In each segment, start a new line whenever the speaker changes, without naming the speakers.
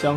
享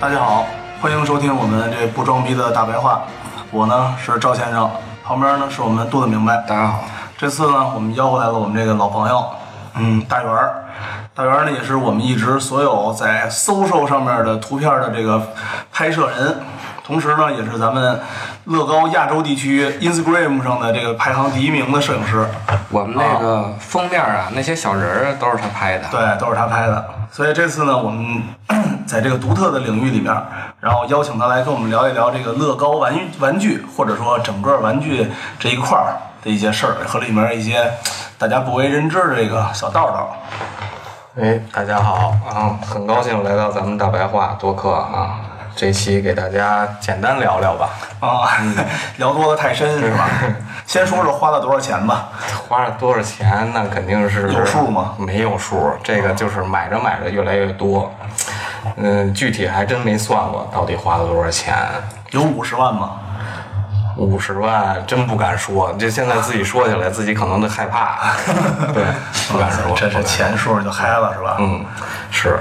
大家好，欢迎收听我们这不装逼的大白话。我呢是赵先生，旁边呢是我们杜的明白。
大家好，
这次呢，我们邀回来了我们这个老朋友，嗯，大圆儿。大圆儿呢，也是我们一直所有在搜售上面的图片的这个拍摄人，同时呢，也是咱们乐高亚洲地区 Instagram 上的这个排行第一名的摄影师。
我们那个封面啊，那些小人儿都是他拍的。
对，都是他拍的。所以这次呢，我们 在这个独特的领域里面，然后邀请他来跟我们聊一聊这个乐高玩具玩具，或者说整个玩具这一块儿的一些事儿和里面一些大家不为人知的这个小道道。
哎，大家好啊，很高兴来到咱们大白话多课啊。这期给大家简单聊聊吧，
啊， 聊多了太深是吧？先说说花了多少钱吧。
花了多少钱那肯定是
有数吗？
没有数，这个就是买着买着越来越多。嗯，具体还真没算过到底花了多少钱。
有五十万吗？
五十万真不敢说，这现在自己说起来，自己可能都害 怕。对，不敢说，
这是
不敢
钱数就嗨了是吧？
嗯，是。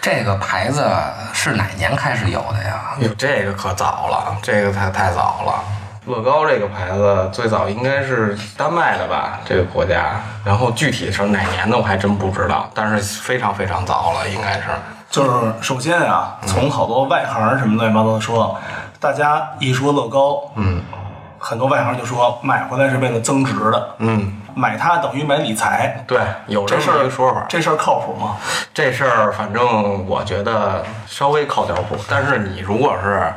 这个牌子是哪年开始有的呀？
哟，哎这个可早了，这个太太早了。乐高这个牌子最早应该是丹麦的吧，这个国家。然后具体是哪年的我还真不知道，但是非常非常早了，应该是。
就是首先啊，
嗯
从好多外行什么乱七八糟的说，大家一说乐高，嗯，很多外行就说买回来是为了增值的，
嗯，
买它等于买理财，
对，有这
这事
么一
儿
个说法。
这事儿靠谱吗？
这事儿反正我觉得稍微靠点谱，但是你如果是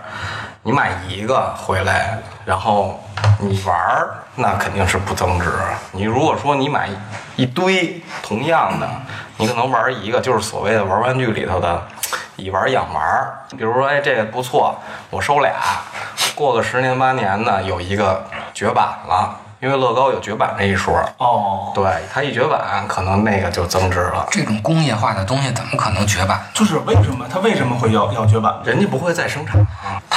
你买一个回来，然后你玩儿，那肯定是不增值。你如果说你买一堆同样的，你可能玩儿一个，就是所谓的玩玩具里头的以玩养玩儿。比如说，哎，这个不错，我收俩，过个十年八年呢，有一个绝版了，因为乐高有绝版这一说。
哦，
对，它一绝版，可能那个就增值了。
这种工业化的东西怎么可能绝版？
就是为什么它为什么会要要绝版？
人家不会再生产。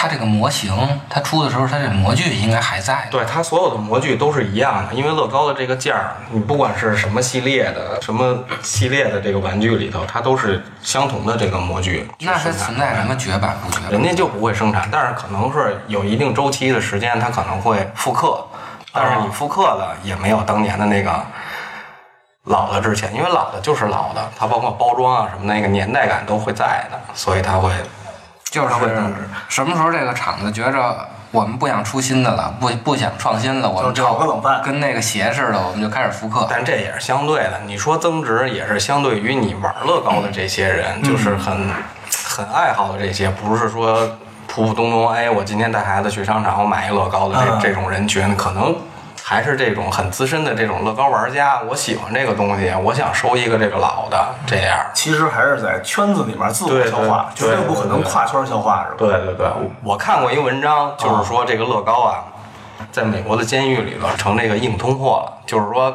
它这个模型，它出的时候，它这模具应该还在。
对，它所有的模具都是一样的，因为乐高的这个件儿，你不管是什么系列的、什么系列的这个玩具里头，它都是相同的这个模具去
那它
生产
存在什么绝版不绝
人
版？
家就不会生产，但是可能是有一定周期的时间，它可能会复刻，但是你复刻的也没有当年的那个老的值钱，因为老的就是老的，它包括包装啊什么那个年代感都会在的，所以它会
就是
它会增值
什么时候这个厂子觉着我们不想出新的了，不不想创新了，我们
就炒个冷饭
跟那个鞋似的，我们就开始复刻。
但这也是相对的。你说增值，也是相对于你玩乐高的这些人，就是很很爱好的这些，不是说普普通通。哎，我今天带孩子去商场，我买一乐高的这、
嗯
这种人群，可能还是这种很资深的这种乐高玩家。我喜欢这个东西，我想收一个这个老的，这样。
其实还是在圈子里面自我
对对
消化，绝
对
对不可能
对对
跨圈消化，是吧？
对对对，我看过一个文章，就是说这个乐高啊，在美国的监狱里头成这个硬通货了，就是说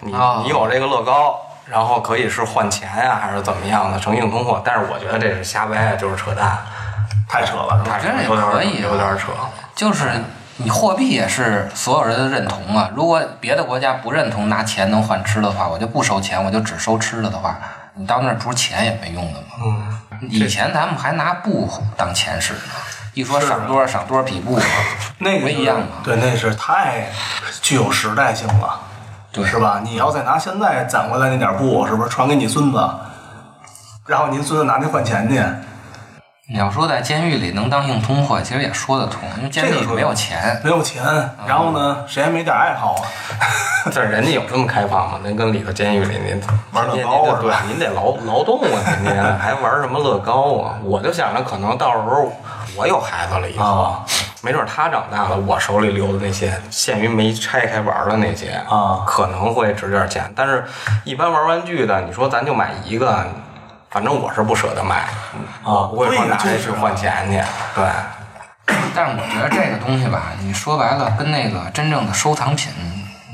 你、
啊
你有这个乐高。然后可以是换钱啊，还是怎么样的，成硬通货。但是我觉得这是瞎掰，啊就是扯淡，
太扯了，是吧？
太扯
觉得
有点
也可以啊
有点扯。
就是你货币也是所有人的认同啊。如果别的国家不认同拿钱能换吃的话，我就不收钱，我就只收吃的的话，你到那儿不是钱也没用的吗？
嗯，
以前咱们还拿布当钱使呢，一说
啊
赏多少赏多少匹布嘛，
那
不
个
一样嘛。
对，那是太具有时代性了，
对
是吧？你要再拿现在攒回来那点布，是不是传给你孙子，然后您孙子拿去换钱去？
你要说在监狱里能当硬通货，其实也说得通，因为监狱
这个
里
说
没有钱。
没有钱，然后呢，
嗯
谁还没点爱好啊？
但是人家有这么开放吗？您跟里头监狱里您
玩乐
您
高
您
是
对
吧，
您得劳劳动啊，您还玩什么乐高啊？我就想着可能到时候我有孩子了以后，
啊
没准他长大了，我手里留的那些限于没拆开玩的那些
啊
可能会值点钱。但是，一般玩玩具的，你说咱就买一个，反正我是不舍得买，
啊
我不会
对
说拿
就
这
是
去换钱去。对，
但是我觉得这个东西吧，你说白了，跟那个真正的收藏品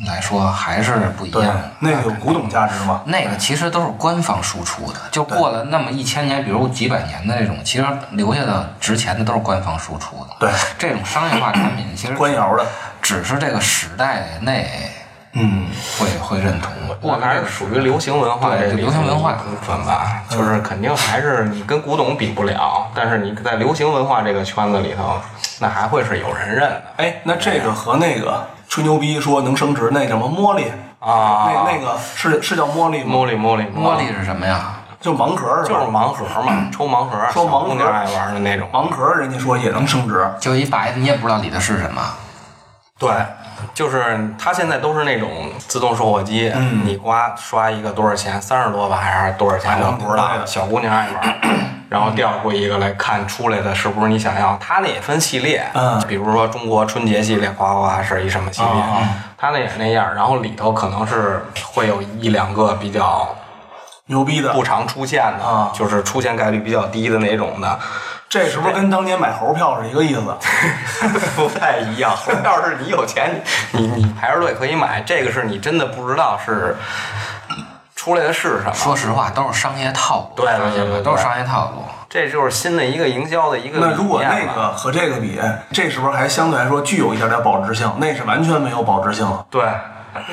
来说还是不一样的。
那个有古董价值嘛，
那个其实都是官方输出的，就过了那么一千年，比如几百年的这种，其实留下的值钱的都是官方输出的。
对，
这种商业化产品其实
官窑的，
只是这个时代内
嗯，
会会认同的。
我还是属于流行文化这
对
里
流行文化嗯
的一部分吧，就是肯定还是你跟古董比不了，但是你在流行文化这个圈子里头，那还会是有人认的
哎，那这个和那个吹牛逼说能升值那叫什么茉莉，
啊。
那那个是是叫茉莉吗？
茉莉茉莉
茉莉是什么呀？
就盲盒是
就是
吧？
盲盒嘛，抽盲盒，
抽盲盒
小姑娘爱玩的那
啊
种。
盲盒人家说也能升值，
就一白的，你也不知道里头是什么。
对，就是它现在都是那种自动售货机，你刮刷一个多少钱，三十多吧还是多少钱，
反
我
正
不知
不知
道。
道
小姑娘爱玩，然后调过一个来看出来的是不是你想要。它那也分系列，
嗯
比如说中国春节系列刮刮刮是一什么系列
啊啊，
它那也是那样，然后里头可能是会有一两个比较
牛逼的
不，常出现的，
啊
就是出现概率比较低的那种的。
这是不是跟当年买猴票是一个意 思？
不太一样。要是你有钱，你你你排着队可以买，这个是你真的不知道是出来的是什么。
说实话，都是商业套路。
对对对对对
都是商业套路。
这就是新的一个营销的一个
那如果
理念
那
吧
个和这个比，哎这是不是还相对来说具有一点点保值性？那是完全没有保值性了。
对。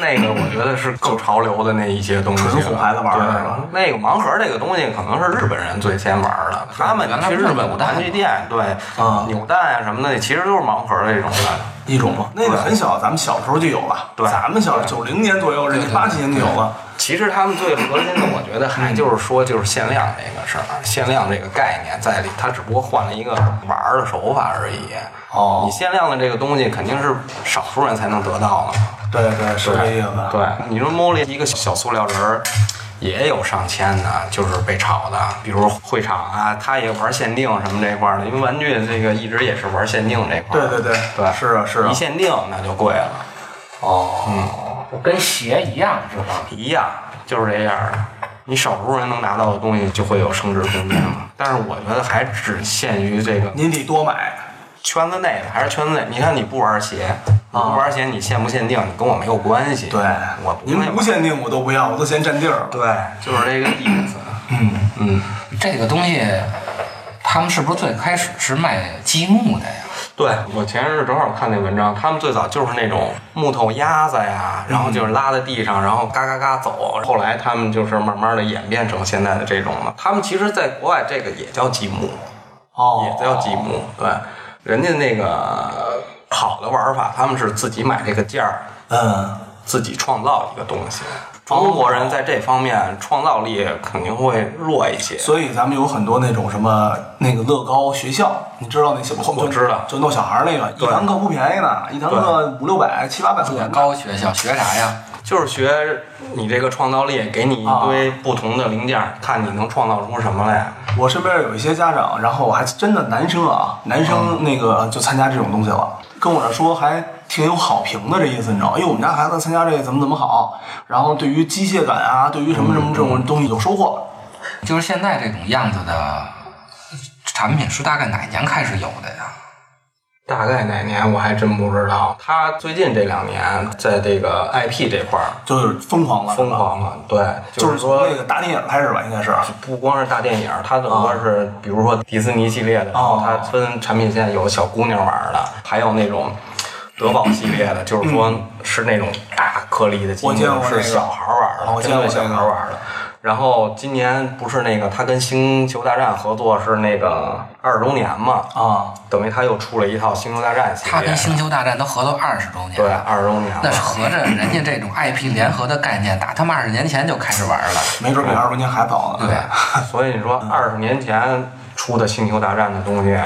那个我觉得是更潮流的那一些东西了，
纯哄孩子玩的是吧
对，那个盲盒这个东西可能是日本人最先玩的，他们
原来
去日
不是
本的
扭蛋
玩具店，对，
啊
扭蛋啊什么的，其实都是盲盒这种的。
一种啊吗？那个很小，咱们小时候就有了。
对
咱们小九零年左右，人家八几年就有了。
其实他们最核心的，我觉得还就是说，就是限量这个事儿，啊限量这个概念在里，它只不过换了一个玩儿的手法而已。
哦
你限量的这个东西肯定是少数人才能得到的嘛。
对对，是这意思。
对，你说 Molly 一个小塑料人儿，也有上千的，就是被炒的，比如会场啊，他也玩限定什么这块儿的，因为玩具这个一直也是玩限定这块儿
对
的。
对对
对，
是啊是啊
一限定那就贵了，
跟鞋一样是吧？
一样，就是这样儿的。你少数人能拿到的东西就会有升值空间嘛，但是我觉得还只限于这个
您得多买。
圈子内的，还是圈子内。你看你不玩鞋，你不玩鞋，你限不限定，你跟我没有关系。
对，
我不
您
会
不
玩。
限定我都不要，我都嫌占地儿。
对，就是这个意思。嗯嗯，
这个东西，他们是不是最开始是卖积木的呀？
对我前日正好看那文章，他们最早就是那种木头鸭子呀，然后就是拉在地上，然后嘎嘎嘎走。后来他们就是慢慢的演变成现在的这种了。他们其实在国外这个也叫积木。
哦
也叫积木。对，人家那个好的玩法，他们是自己买这个件儿，
嗯，
自己创造一个东西。中国人在这方面创造力肯定会弱一些。
所以咱们有很多那种什么那个乐高学校，你知道那些我
我知道
就弄小孩儿那个，一堂课不便宜呢，一堂课五六百、七八百块钱呢。
高学校学啥呀？
就是学你这个创造力，给你
啊
一堆不同的零件儿，看你能创造出什么来。
我身边有一些家长，然后我还真的男生啊，男
嗯
生那个就参加这种东西了，跟我这说还挺有好评的这意思，你知道吗？因为我们家孩子参加这个怎么怎么好，然后对于机械感啊，对于什么
嗯
什么这种东西有收获。
就是现在这种样子的产品是大概哪年开始有的呀？
大概哪年我还真不知道。他最近这两年在这个 IP 这块儿
就是疯狂了，
疯狂了，对，
就是是从
说
那个大电影开始吧，应该是
不光是大电影，它整个
啊
是，比如说迪士尼系列的，然后它分产品线，有小姑娘玩的，还有那种德宝系列 的，就是说是那种大颗粒的积木，
我见过那个
是小孩玩
啊我
的，
见
针
过
对小
那
孩
个
玩的。然后今年不是那个他跟星球大战合作是那个二十周年嘛，
啊，
等于他又出了一套星球大战系
他
列
跟，星球大战都合作二十周年
对，
了，
二十周年了
那是合着人家这种 IP 联合的概念，打他妈二十年前就开始玩了。
没准比二十年还早呢。
对，啊
所以你说
嗯
二十年前出的星球大战的东西，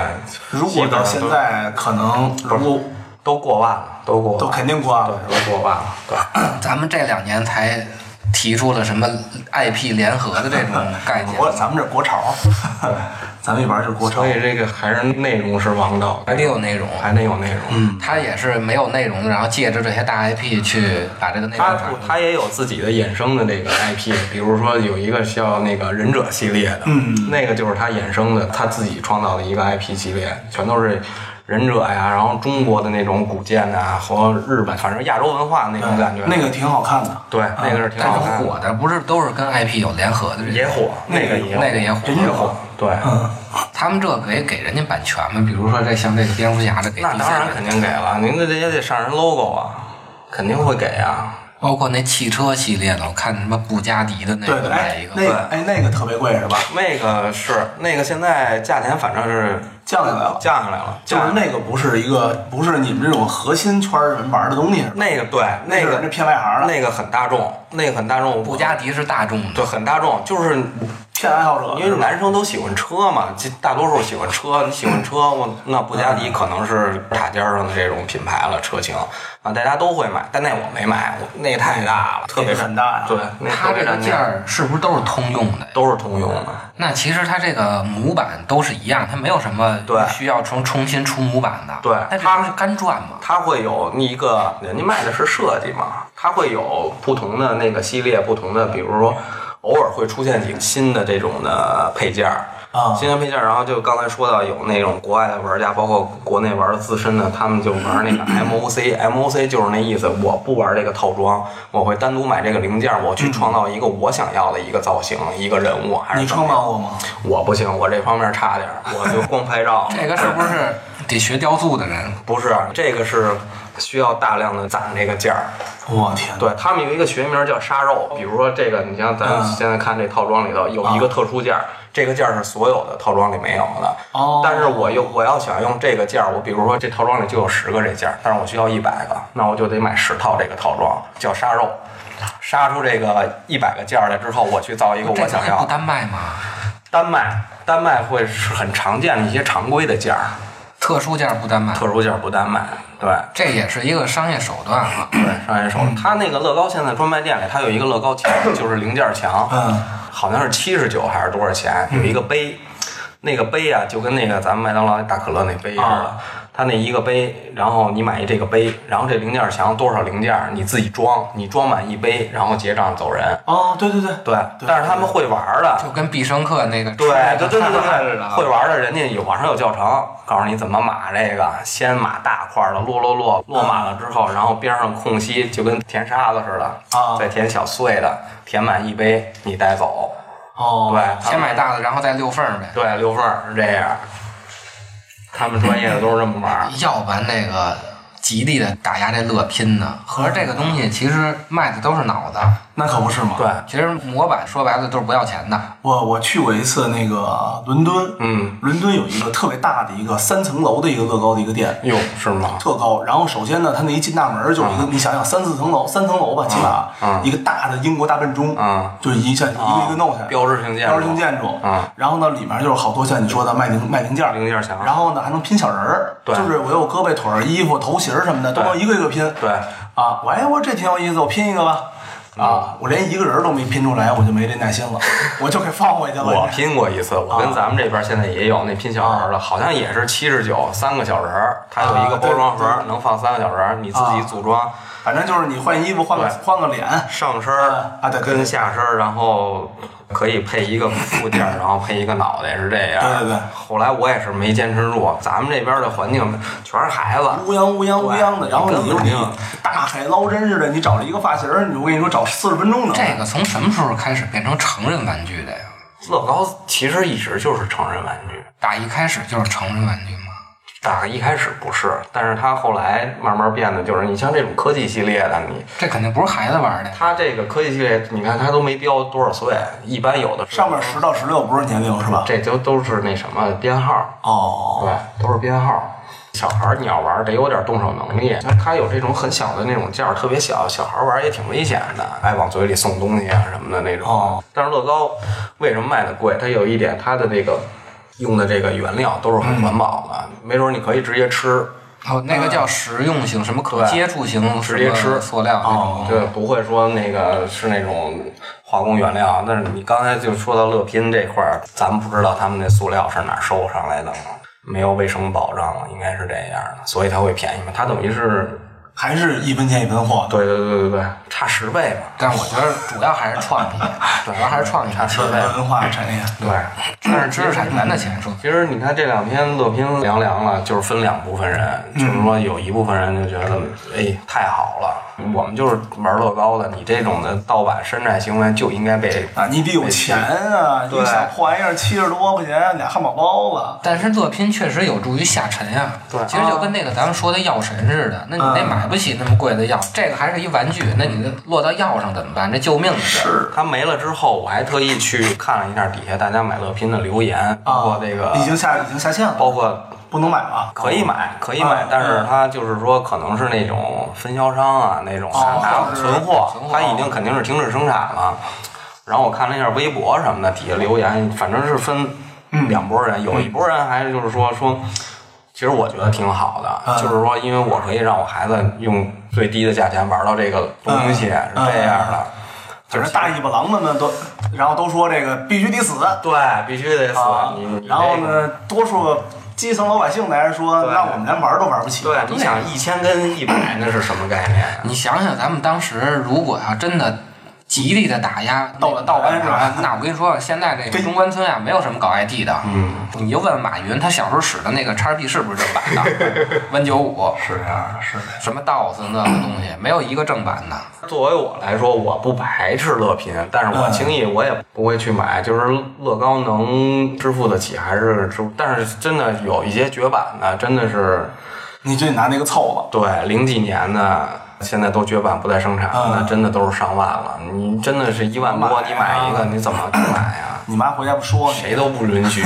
如果到现在，可能如果
都过万了，都过万了
都肯定过啊
对，都过万了，对。
咱们这两年才提出了什么 IP 联合的这种概念。
国咱们这国潮，咱们一玩就是国潮
所。以这个还是内容是王道，
还得有内容。
还得有内容。嗯，
他也是没有内容的，然后借着这些大 IP 去把这个内容
他
传出来。
他也有自己的衍生的这个 IP，比如说有一个叫那个忍者系列的，嗯，那个就是他衍生的，他自己创造的一个 IP 系列，全都是忍者呀，然后中国的那种古剑呐、和日本，反正亚洲文嗯化那种感觉。
那个挺好看的，
对，那个是挺
但
好
是
看的，
火的不是都是跟 IP 有联合的这
也
种，
火，那个也
那个也火，
真的
火，嗯对，
他们这给给人家版权吗？比如说这像这个蝙蝠侠这给
那
DC
当然肯定给了，您这也得上人 logo 啊，肯定会给啊。
包括那汽车系列的，我看什么布加迪的那
对
个
对，
买
哎
一，
那
个，
个哎那个特别贵是吧？
那个是那个，现在价钱反正是
降下来了，
降下来了，
就是那个不是一个不是你们这种核心圈儿人玩的东西是吧，
那个对那
是
个
人家偏外行的，
那个很大众，那个很大众，
布加迪是大众的，
对很大众，就是
骗爱好者。
因为男生都喜欢车嘛，这大多数喜欢车，你喜欢车，我那布加迪可能是塔尖上的这种品牌了，车型啊，大家都会买，但那我没买，我那太大了，特别
很大呀
对，那
它
特别
这个
占地
件
儿
儿是不是都是通用的？
都是通用的，
那其实它这个模板都是一样，它没有什么
对
需要重重新出模板的。
对
但是它不是干转吗？。
它会有你一个，人家卖的是设计嘛，它会有不同的那个系列，不同的，比如说偶尔会出现几个新的这种的配件儿
啊
新的配件儿，然后就刚才说到有那种国外的玩家，包括国内玩的资深的，他们就玩那 个 MOC，MOC 就是那意思，我不玩这个套装，我会单独买这个零件儿，我去创造一个我想要的一个造型、一个人物，还是
你
怎么
创
样
造过吗？
我不行，我这方面差点儿，我就光拍 照
这个是不是得学雕塑的人？
不是，这个是需要大量的攒这个件儿。
我天，
对他们有一个学名叫杀肉，比如说这个，你像咱
嗯
现在看这套装里头有一个特殊件儿，这个件儿是所有的套装里没有的。
哦
但是我又我要想用这个件儿，我比如说这套装里就有十个这件儿，但是我需要一百个，那我就得买十套这个套装，叫杀肉。杀出这个一百个件儿来之后，我去造一个
这
我
个
想
会不
要。
单卖吗？
丹麦，丹麦会是很常见的一些常规的件儿，
特殊件儿不单卖，
特殊件儿不单卖。对，
这也是一个商业手段啊。
对，商业手，他那个乐高现在专卖店里，他有一个乐高墙，就是零件墙，
嗯，
好像是七十九还是多少钱，有一个杯，那个杯啊，就跟那个咱们麦当劳大可乐那杯似的
啊，
它那一个杯，然后你买一这个杯，然后这零件墙多少零件你自己装，你装满一杯，然后结账走人。
哦，对对对
对，但是他们会玩的，
就跟必胜客那个
对 对对对对，会
会
玩的人家有网上有教程，告诉你怎么码这个，先码大块的，落落落，落满了之后，然后边上空隙就跟填沙子似的，
啊
再填小碎的，填满一杯你带走。
哦，
对，
先买
大，
大的，然后再溜缝儿呗。
对，六份儿是这样。他们专业的都是这么玩儿，
嗯
要不然那个极力的打压这乐拼呢，合着这个东西其实卖的都是脑子，
那可不是嘛。
对，
其实模板说白了都是不要钱的。
我我去过一次那个伦敦，
嗯，
伦敦有一个特别大的一个三层楼的一个乐高的一个店，
哟，是吗？
特高。然后首先呢，它那一进大门儿就是
嗯
一个，你想想三四层楼，三层楼吧，起码、一个大的英国大笨钟，
啊
就是一下一个一个弄下来，
标志性建筑
标志性建筑
啊。
然后呢，里面就是好多像你说的卖零卖零件儿，
零件儿墙
然后呢还能拼小人儿，
对
就是我有胳膊腿儿、衣服、头型儿什么的，都能一个一个拼。
对嗯
啊，我哎，我说这挺有意思，我拼一个吧。啊，我连一个人儿都没拼出来，我就没这耐 心了，我啊就给放回去了。
我拼过一次，我跟咱们这边现在也有那拼小人儿的，好像也是七十九三个小人儿，它有一个
啊对
包装盒
对
儿，能放三个小人儿，你自己
啊
组装。
反正就是你换衣服，换个
对
换个脸，
上身儿
啊对对对
跟下身儿，然后可以配一个附件儿，然后配一个脑袋，是这样。
对对对
后来我也是没坚持住，咱们这边的环境全是孩子，
乌泱乌泱乌泱的，
对
然后
根
你就
本
你
就
大海捞针似的，你找了一个发型儿，你我跟你说找四十分钟呢。
这个从什么时候开始变成成人玩具的呀？
乐高其实一直就是成人玩具，
打一开始就是成人玩具吗？
打一开始不是，但是它后来慢慢变得就是，你像这种科技系列的，你
这肯定不是孩子玩的呀。
它这个科技系列，你看它都没标多少岁，一般有的是
上面十到十六不是年龄是吧？
这都都是那什么编号，
哦，
对，都是编号。小孩儿你要玩儿得有点动手能力，那他有这种很小的那种件儿，特别小，小孩儿玩儿也挺危险的，爱往嘴里送东西啊什么的那种。
哦
但是乐高为什么卖的贵？它有一点，它的这个用的这个原料都是很环保的，没准儿你可以直接吃，
哦，那个叫实用型，什么可
对
接触型，哦
直接
什么
吃
塑料那种。
对，不会说那个是那种化工原料。但是你刚才就说到乐拼这块儿，咱不知道他们那塑料是哪儿收上来的吗？没有卫生保障，应该是这样的，所以它会便宜嘛。它等于是，
还是一分钱一分货。
对对对对对，差十倍嘛。
但是我觉得主要还是创 意，主要还是创 意。
差十倍。
文化产业，
对，
但是知识产权的钱说，
其实你看这两天乐拼凉凉了，就是分两部分人，
嗯
就是说有一部分人就觉得，哎，太好了，我们就是玩乐高的，你这种的盗版山寨行为就应该被
啊，你得有钱啊！一
对
个小破玩意儿七十多块钱，俩汉堡包
但是乐拼确实有助于下沉呀、
对
其实就跟那个咱们说的药神似的，那你那
嗯
买不起那么贵的药，这个还是一玩具，那你那落到药上怎么办？这救命的
子
事儿。
他没了之后，我还特意去看了一下底下大家买乐拼的留言，包括
啊，
这个，
已经下已经下线了，
包括
不能买了。
可以买，可以买
嗯，
但是他就是说可能是那种分销商啊那种拿拿
哦是
存货
存货，
他已经肯定是停止生产了。然后我看了一下微博什么的，底下留言，反正是分
嗯
两拨人，有一拨人还就是说说，其实我觉得挺好的，
嗯
就是说因为我可以让我孩子用最低的价钱玩到这个东西，
嗯
是这样的。
反正大尾巴狼们呢都，然后都说这个必须得死
对，必须得死
啊
你。你
然后
这个
呢，多数基层老百姓来说，
对
那我们连玩都玩不起。
对，你想一千跟一百那是什么概念啊？
你想想，咱们当时如果要、真的极力的打压
盗
那个
盗版
盗
是吧
那我跟你说，啊现在这个
跟
中关村啊，没有什么搞 ID 的。
嗯，
你就问马云，他小时候使的那个叉 P 是不是正版的？Win 九五
是啊这样的，是的。
什么 DOS 那个东西，没有一个正版的。
作为我来说，我不排斥乐拼，但是我
嗯
轻易我也不会去买。就是乐高能支付得起，还是支付。但是真的有一些绝版的，真的是
你就得拿那个凑了。
对零几年的，现在都绝版不再生产，
嗯
那真的都是上万了。你真的是一万多，
买
你买一个，
啊
你怎么去买呀？
你妈回家不说你，
谁都不允 许。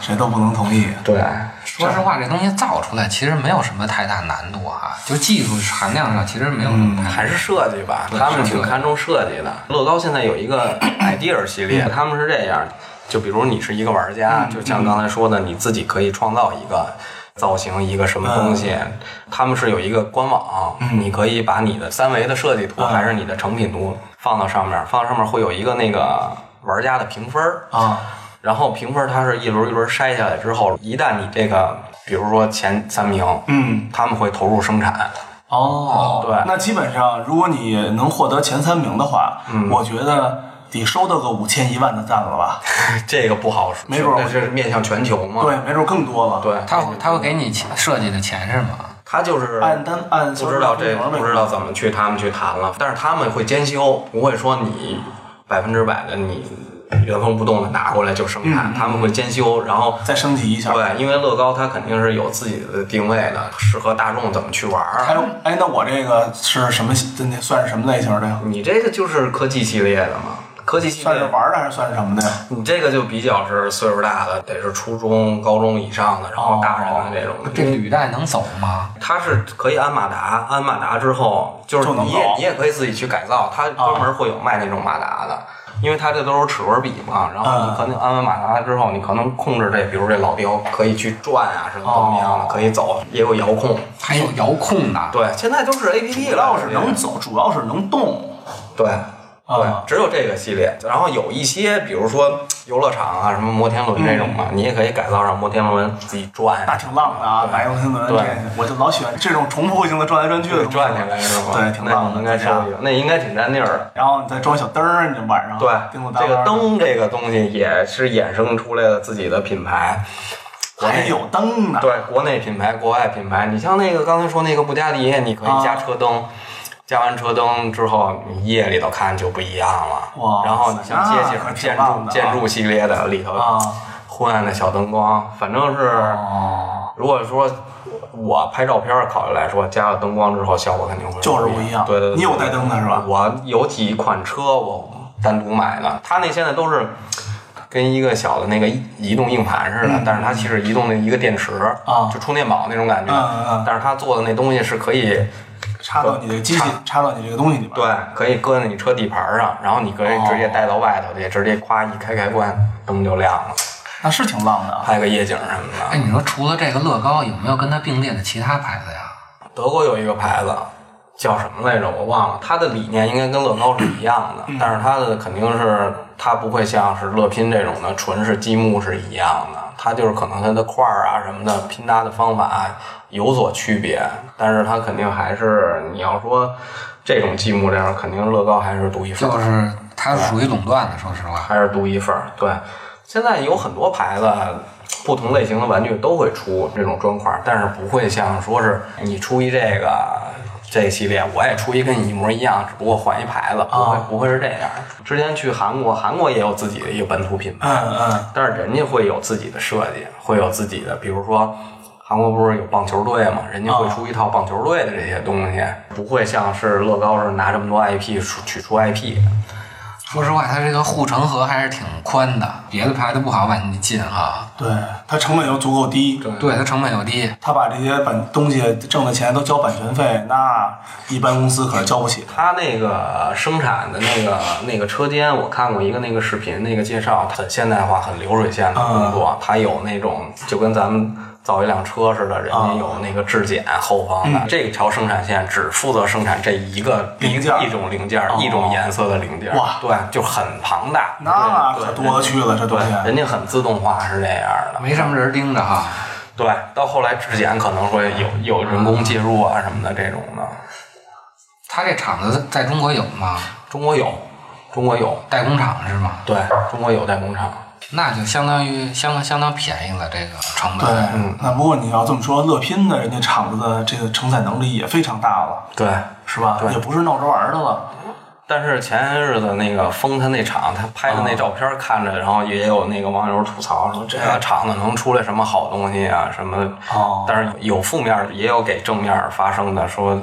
谁都不能同意。
对，
说实话，这东西造出来其实没有什么太大难度啊，就技术含量上其实没有什么太大。
还是设计吧，
嗯
对
他们
是
挺
设计
看重设计的。乐高现在有 一个 idea 系
嗯
列，他们是这样，就比如你是一个玩家，就像刚才说的，你自己可以创造一个。造型一个什么东西，
嗯
他们是有一个官网，你可以把你的三维的设计
嗯
图还是你的成品图放到上面，放到上面会有一个那个玩家的评分儿
啊，
然后评分它是一轮一轮筛下来之后，一旦你这个比如说前三名，
嗯，
他们会投入生产，
哦
对
那基本上如果你能获得前三名的话，
嗯
我觉得得收到个五千一万的赞了吧？
哎这个不好说，
没准儿
那是面向全球嘛。
对，没准更多了。，
啊对，
他会他会给你钱设计的钱是吗？
他就是
按单按
不知道这
销售
不知道怎么去他们去谈了，但是他们会兼修，不会说你百分之百的你原封不动的拿过来就生
嗯
产，他们会兼修，然后。
再升级一下。
对，因为乐高它肯定是有自己的定位的，适合大众怎么去玩
还
儿。
有，哎，那我这个是什么？那算是什么类型的呀？
你这个就是科技系列的嘛，科技系
算是
列，
玩儿的还是算是什么的呀？
你这个就比较是岁数大的，得是初中、高中以上的，然后大人的这种。
这履带能走吗？
它是可以安马达，安马达之后就是
就能啊
你也
走
你也可以自己去改造，它专门会有卖那种马达的，因为它这都是齿轮比嘛，然后你
嗯
可能安完马达之后，你可能控制这，比如这老雕可以去转啊，什么怎么样的，
哦
可以走，也有遥控。
还有遥控的，
对，现在都是 A P P
主
了，
要是能走，主要是能动。
对。对
啊，
只有这个系列，然后有一些，比如说游乐场啊，什么摩天轮这种嘛，
嗯
你也可以改造让摩天轮自己转，
那挺浪的啊，
对
白游天轮
对
这，我就老喜欢这种重复性的转来转去的
对
东西
转起来是吧？
对，挺
那
浪
你
的。
应该
这
收
样
一个，那应该挺占地儿的。
然后你再装小灯儿，你就晚上
对
叮咚，
这
当
个
当。
灯这个东西也是衍生出来了自己的品牌，国
还
内
有灯呢，
对国内品牌、国外品牌。你像那个刚才说那个布加迪，你可
啊
以加车灯，加完车灯之后，你夜里头看就不一样了。
哇
然后你像街景
那可挺
建
浪
筑
的啊
建筑系列的里头
啊，
昏暗的小灯光，反正是。
哦，
如果说我拍照片儿考虑来说，加了灯光之后效果肯定会
就是
不
不一样
对对对，
你有带灯的是吧
我有几款车我单独买的，它那现在都是跟一个小的那个移动硬盘似的，但是它其实移动的一个电池
嗯啊
就充电宝那种感觉。
嗯嗯嗯
但是它做的那东西是可以
插到你的机器，插到你这个东西里边。
对，可以搁在你车底盘上，然后你可
哦
以直接带到外头去，直接夸一开开关，灯就亮了，
那是挺浪的啊。
拍个夜景什么的。
哎，你说除了这个乐高，有没有跟它并列的其他牌子呀？
德国有一个牌子叫什么来着，我忘了。他的理念应该跟乐高是一样的，但是他的肯定是他不会像是乐拼这种的，纯是积木是一样的。他就是可能他的块儿啊什么的拼搭的方法有所区别，但是他肯定还是你要说这种积木这样，肯定乐高还是独一份儿。
就是它属于垄断的，说实话。
还是独一份儿。对，现在有很多牌子，不同类型的玩具都会出这种砖块儿，但是不会像说是你出一这个这个系列，我也出一跟你一模一样，只不过换一牌子，不会不会是这样。之前去韩国，韩国也有自己的一个本土品牌，
嗯嗯，
但是人家会有自己的设计，会有自己的，比如说。韩国不是有棒球队嘛？人家会出一套棒球队的这些东西，不会像是乐高是拿这么多 IP 出取出 IP 的。
说实话，它这个护城河还是挺宽的，别的牌子不好往你进啊。
对，它成本又足够低，
对，它成本又低，
他把这些版东西挣的钱都交版权费，那一般公司可是交不起的。
他那个生产的那个那个车间，我看过一个那个视频，那个介绍很现代化、很流水线的
嗯
工作。他有那种就跟咱们造一辆车似的，人家
嗯
有那个质检后方的，这条生产线只负责生产这一个
零件儿
一种零件儿、
哦
一种颜色的零件儿。
哇
对，就很庞大，
那
对
可多了去了这
对
东西，
人家很自动化是这样的。
没什么人盯着哈。
对，到后来质检可能会有有人工介入啊什么的这种的。
它这厂子在中国有吗？
中国有，中国有，
代工厂是吗？
对中国有代工厂。
那就相当于相当相当便宜了，这个成
对嗯
本。，
那不过你要这么说，乐拼的人家厂子的这个承载能力也非常大了，
对，
是吧？
对
也不是闹着玩儿的了。
但是前些日子那个封他那厂，他拍的那照片看着，然后也有那个网友吐槽说，这个厂子能出来什么好东西啊什么的。
哦
但是有负面的，也有给正面发声的，说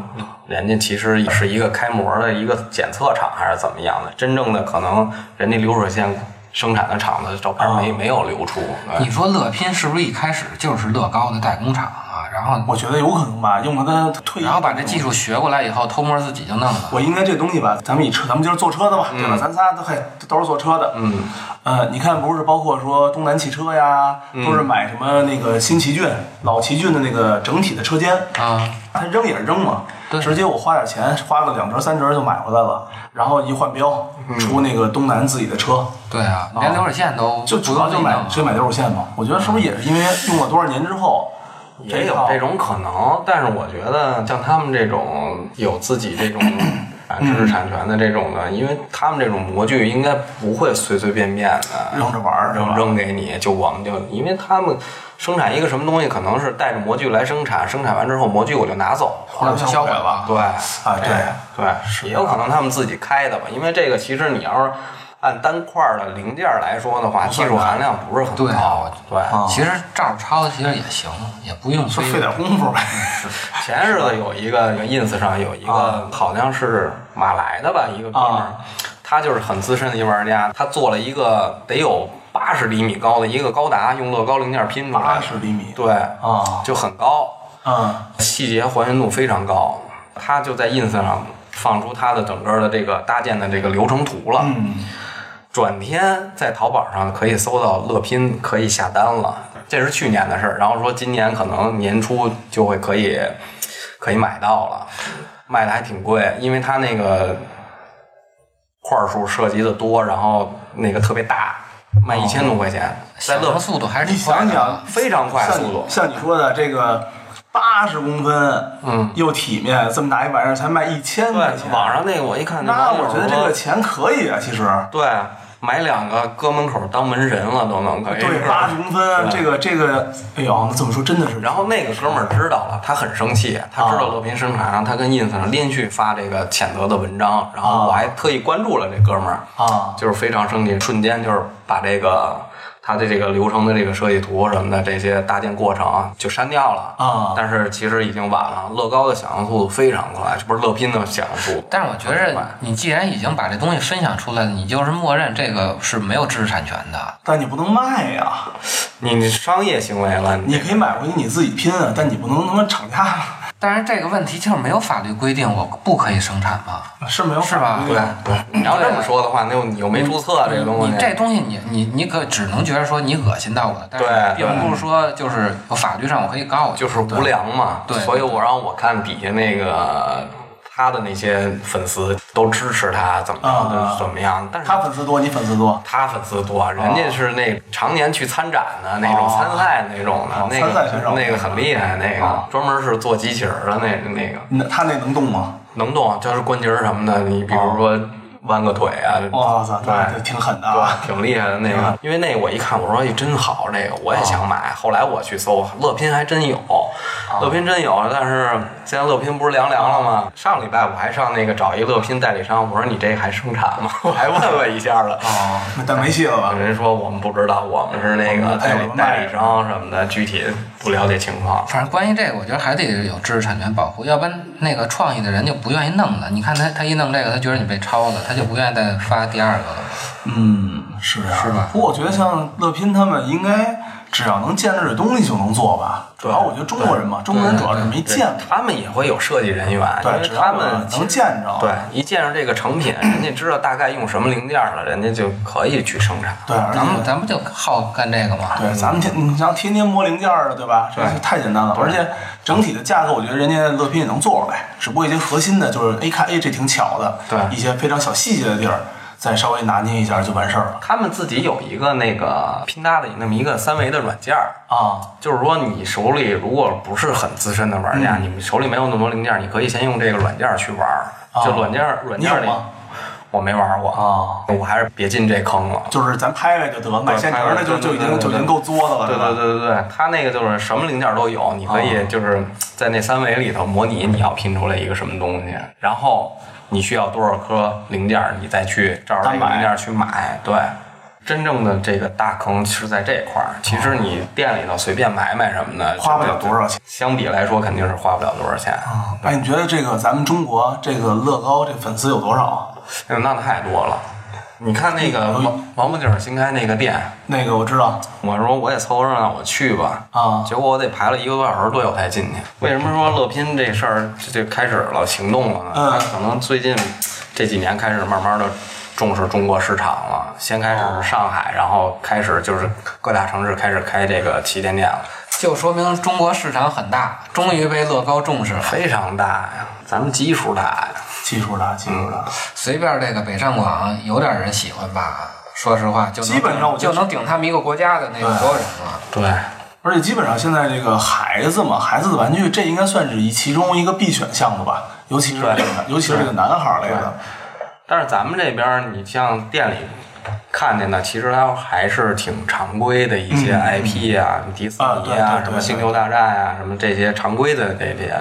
人家其实是一个开模的一个检测厂还是怎么样的，真正的可能人家流水线生产的厂子照片没、没有流出。对
你说乐拼是不是一开始就是乐高的代工厂啊？然后
我觉得有可能吧，用它的退役。
然后把这技术学过来以后，偷摸自己就弄了。
我应该这东西吧，咱们以车，咱们今儿坐车的嘛，对吧？咱仨都嘿都是坐车的，嗯，呃，你看不是包括说东南汽车呀，都是买什么那个新奇骏、老奇骏的那个整体的车间，
啊，
他扔也是扔嘛，
对
直接我花点钱，花个两折三折就买回来了，然后一换标，出那个东南自己的车，
对啊，连流水线都
哦
嗯
就
不
主要
用
就买直接买流水线嘛。我觉得是不是也是因为用了多少年之后，
也有
套
这种可能，但是我觉得像他们这种有自 己这种啊知识产权的这种的，因为他们这种模具应该不会随随便便的
扔着玩儿，
扔
是吧
扔给你，就我们就因为他们生产一个什么东西，可能是带着模具来生产，生产完之后模具我就拿走。
或者
销毁
了，
了。
对，
啊对啊
对，是也有可能他们自己开的吧，因为这个其实你要是按单块儿的零件儿来说的话，技术含量不是很
对
啊
高。对，
其实照着抄其实也行，也不用
就
非
费点功 夫呗。
前日子有一个 ins 上有一个好像是马来的吧，一个哥们儿
啊，
他就是很资深的一玩家，他做了一个得有八十厘米高的一个高达，用乐高零件拼出来
八
的，
十厘米，
对，
啊，
就很高，
嗯，
细节还原度非常高。他就在 ins 上放出他的整个的这个搭建的这个流程图了，
嗯，
转天在淘宝上可以搜到乐拼，可以下单了。这是去年的事儿，然后说今年可能年初就会可以可以买到了，卖的还挺贵，因为它那个块儿数涉及的多，然后那个特别大，卖一千多块钱，在
想
乐
象速度还是
你
挺快
想
的。
想，
非常快
像
速
你
度，
像你说的这个八十公分，嗯，又体面，这么大一玩意儿才卖一千
对
块钱，，啊
网上那个我一看，
那
网友
我觉得这
说
个钱可以啊，其实。
对，买两个搁门口当门神了都能可以，
啊对，八十公分，啊这个这个，哎呦，那这么说真的是，
然后那个哥们儿知道了，他很生气，他
啊
知道乐平生产，然后他跟 ins 上连续发这个谴责的文章，然后我还特意关注了这哥们儿，
啊，
就是非常生气，瞬间就是把这个他的这个流程的这个设计图什么的这些搭建过程啊就删掉了
啊
但是其实已经晚了，乐高的想象速度非常快，这不是乐拼的想象速度。
但是我觉着，你既然已经把这东西分享出来了，你就是默认这个是没有知识产权的。
但你不能卖呀，
你你商业行为了，
你可以买回去你自己拼啊，但你不能他妈厂家，
但是这个问题就是没有法律规定我不可以生产嘛。
是没有
是吧
法律
对
的
对，你要这么说的话，那你又没注册这个东西，
你这东西你你你可只能觉得说你恶心到我了，但是
对对
并不是说就是有法律上我可以告你，
就是无良嘛。
对
所以我让我看底下那个他的那些粉丝都支持他，怎么样
啊
就怎么样。但是
他粉丝多，你粉丝多，
他粉丝多，人家是那常年去参展的那种
哦
参赛那种的，那
参赛选手
个那个很厉害，那
哦
个专门是做机器人儿的那那个
那他那能动吗？
能动，就是关节儿什么的，你比
哦
如说弯个腿啊，
哇塞，那
对。
挺狠的啊！哦
对，挺厉害的那个，因为那个我一看，我说哎，真好，这个我也想买。后来我去搜，乐拼还真有，乐拼真有，但是现在乐拼不是凉凉了
哦
吗？上礼拜我还上那个找一乐拼代理商，我说你这个还生产 吗？我还问了一下了。啊
哦，那但没戏了吧？
人说我们不知道，我们是那个代理代理商什么的，具体不了解情况。
反正关于这个，我觉得还得有知识产权保护，要不然那个创意的人就不愿意弄了。你看他，他一弄这个，他觉得你被抄了，他就不愿意再发第二个了。
嗯，是啊，
是吧
不过我觉得像乐拼他们应该只要能见着这东西就能做吧。主要我觉得中国人嘛，中国人主要是没见过，
他们也会有设计人员，因
对，
为
只要
他们
能见着，
对一见着这个成品，人家知道大概用什么零件了，人家就可以去生产。
对，而且
咱们咱不就好干这个吗？
对，咱们天，你像天天磨零件儿的，对吧？这
对
是太简单了，而且整体的架构，我觉得人家乐拼也能做出来，只不过一些核心的，就是 A 看 A 这挺巧的，
对
一些非常小细节的地儿，再稍微拿捏一下就完事儿了
他们自己有一个那个拼搭的那么一个三维的软件儿，
啊。
就是说你手里如果不是很资深的玩家，
嗯
你们手里没有那么多零件，你可以先用这个软件去玩儿。就软件软
啊你
件
有
里
吗，
我没玩过
啊，
我还是别进这坑了。
就是咱拍拍就得了，买现成的就就已经就已经够作的了，
对
哦是吧哦
对对对对，它那个就是什么零件都有，你可以就是在那三维里头模拟你要拼出来一个什么东西，然后你需要多少颗零件，你再去照着这个零件去买。对，真正的这个大坑是在这块儿。其实你店里头随便买买什么的，
哦花不了多少钱。
相比来说，肯定是花不了多少钱。
哎，你觉得这个咱们中国这个乐高这粉丝有多少？
哎呦那太多了。你看那个
嗯
王王府井新开那个店，
那个我知道
我说我也凑热闹，我去吧。
啊，
结果我得排了一个多小时队，我才进去。为什么说乐拼这事儿就就开始了行动了呢？
嗯
它可能最近这几年开始慢慢的重视中国市场了。先开始
哦
是上海，然后开始就是各大城市开始开这个旗舰店了，
就说明中国市场很大，终于被乐高重视了。
非常大呀，咱们基数大呀。
技术的技术的，
随便这个北上广有点人喜欢吧，说实话，就能
基本上我觉
就
得
能顶他们一个国家的那个所有人了。
对，
而且基本上现在这个孩子嘛，孩子的玩具，这应该算是一其中一个必选项目吧，尤其是这个，尤其是这个男孩儿类的，
但是咱们这边儿，你像店里看见的，其实它还是挺常规的一些 IP 啊，迪士
嗯啊
尼
对对对
什么
对
星球大战啊，什么这些常规的这些。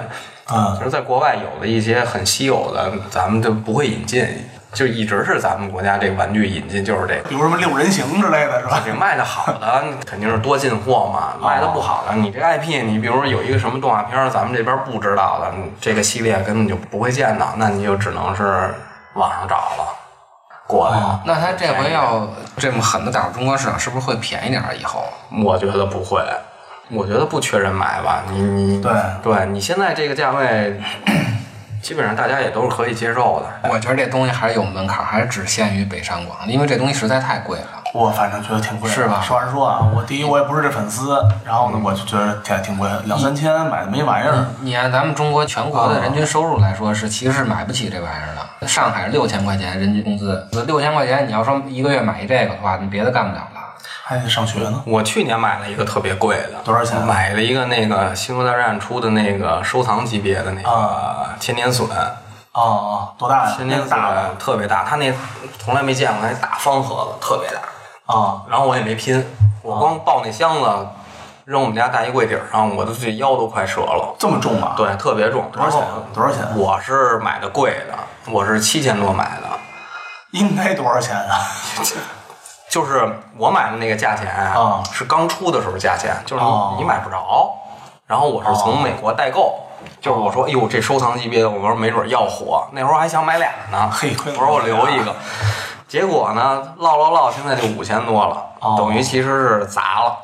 嗯
其，实，在国外有的一些很稀有的，咱们就不会引进，就一直是咱们国家这个玩具引进就是这个。
比如什么六人行之类的，是吧？
你卖的好的 肯定是多进货嘛，
哦
卖的不好的，你这 IP，你比如说有一个什么动画片儿，咱们这边不知道的，你这个系列根本就不会见到，那你就只能是网上找了，过来了。
那他这回要这么狠的打入中国市场，是不是会便宜点儿？以后
我觉得不会，我觉得不缺人买吧。你你
对
对你现在这个价位， 基本上大家也都是可以接受的。
我觉得这东西还是有门槛儿，还是只限于北上广，因为这东西实在太贵了。
我反正觉得挺贵的，
是吧
实话实说啊，我第一我也不是这粉丝，然后呢，我就觉得挺挺贵的，两三千买的没玩意儿。
你按咱们中国全国的人均收入来说，是其实是买不起这玩意儿的。上海六千块钱人均工资，六千块钱你要说一个月买一这个的话，你别的干不了了。
还得上学呢。
我去年买了一个特别贵的，
多少钱
买了一个那个《星球大战》出的那个收藏级别的那
啊
个千年隼，
哦，多大呀？
千
那
年
个大啊
隼特别大，它那从来没见过，那大方盒子特别大。！
哦
然后我也没拼，我光抱那箱子扔我们家大衣柜顶上，我都这腰都快折了。
这么重啊？，
对，特别重，
多少钱啊
然后
多少钱啊
我是买的贵的，我是七千多买的，
应该多少钱啊？
就是我买的那个价钱
啊
是刚出的时候价钱，就是你,、
哦
你买不着，然后我是从美国代
啊
购。就是我说，哎呦，这收藏级别的，我说没准要火。那会儿还想买俩 呢，
嘿亏
我
了
说我留一个。结果呢，唠唠唠，现在就五千多了，
哦
等于其实是砸了，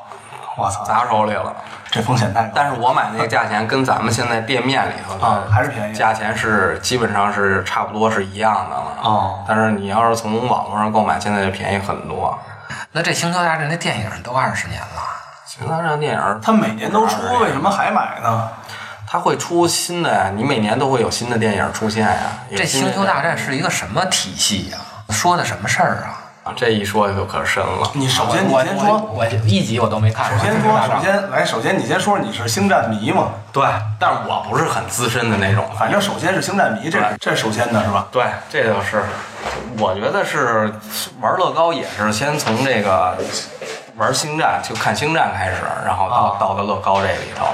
我操，
砸手里了。
这风险太高。
但是我买那个价钱跟咱们现在店面里头
啊
的
还是便宜
价钱是基本上是差不多是一样的了。
哦
但是你要是从网络上购买，现在就便宜很多。
那这《星球大战》这电影都二十年了，
行，那这电影
他每年都出，为什么还买呢？
它会出新的呀，你每年都会有新的电影出现呀。有
这《
新的
星球大战》是一个什么体系呀、说的什么事儿啊？
啊，这一说就可深了。
你首
我
先你
我
先
我
说，
我一集我都没看过。
首先说，首先来，首先你先说你是星战迷嘛？
对，但是我不是很资深的那种，
反正首先是星战迷，这是这是首先的是吧？
对，这倒是，我觉得是玩乐高也是先从这个玩星战，就看星战开始，然后到、
啊
到的乐高这里头。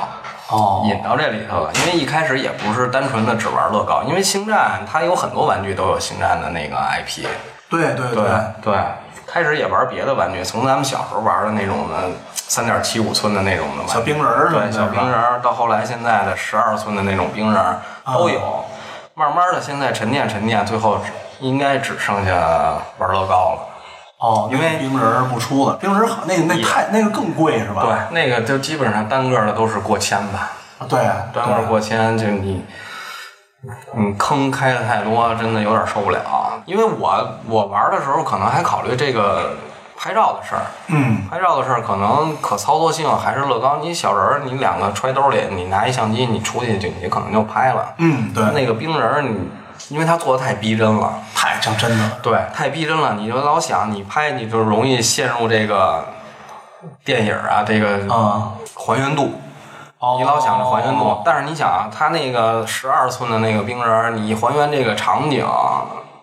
哦
引到这里头了，因为一开始也不是单纯的只玩乐高，因为星战它有很多玩具都有星战的那个 IP，
对对
对对，开始也玩别的玩具，从咱们小时候玩的那种的三点七五寸的那种的玩具
小冰人儿什么的
对小冰人儿，到后来现在的十二寸的那种冰人儿
啊
都有。慢慢的，现在沉淀沉淀，最后只应该只剩下玩乐高了。
哦，
因为
那冰人儿不出了，冰人儿好，那个那太那个更贵是吧？
对，那个就基本上单个的都是过千吧，
啊对对，
单个过千就你。你坑开的太多，真的有点受不了。啊因为我我玩的时候，可能还考虑这个拍照的事儿，
嗯，
拍照的事儿，可能可操作性还是乐高。你小人儿，你两个揣兜里，你拿一相机，你出去就你可能就拍了。
嗯对
那个冰人儿，你因为他做的太逼真了，
太讲真的了。
对，太逼真了，你就老想你拍，你就容易陷入这个电影啊，这个
啊
还原度。
哦
你老想着还原度，但是你想啊，他那个十二寸的那个冰人儿，你还原这个场景，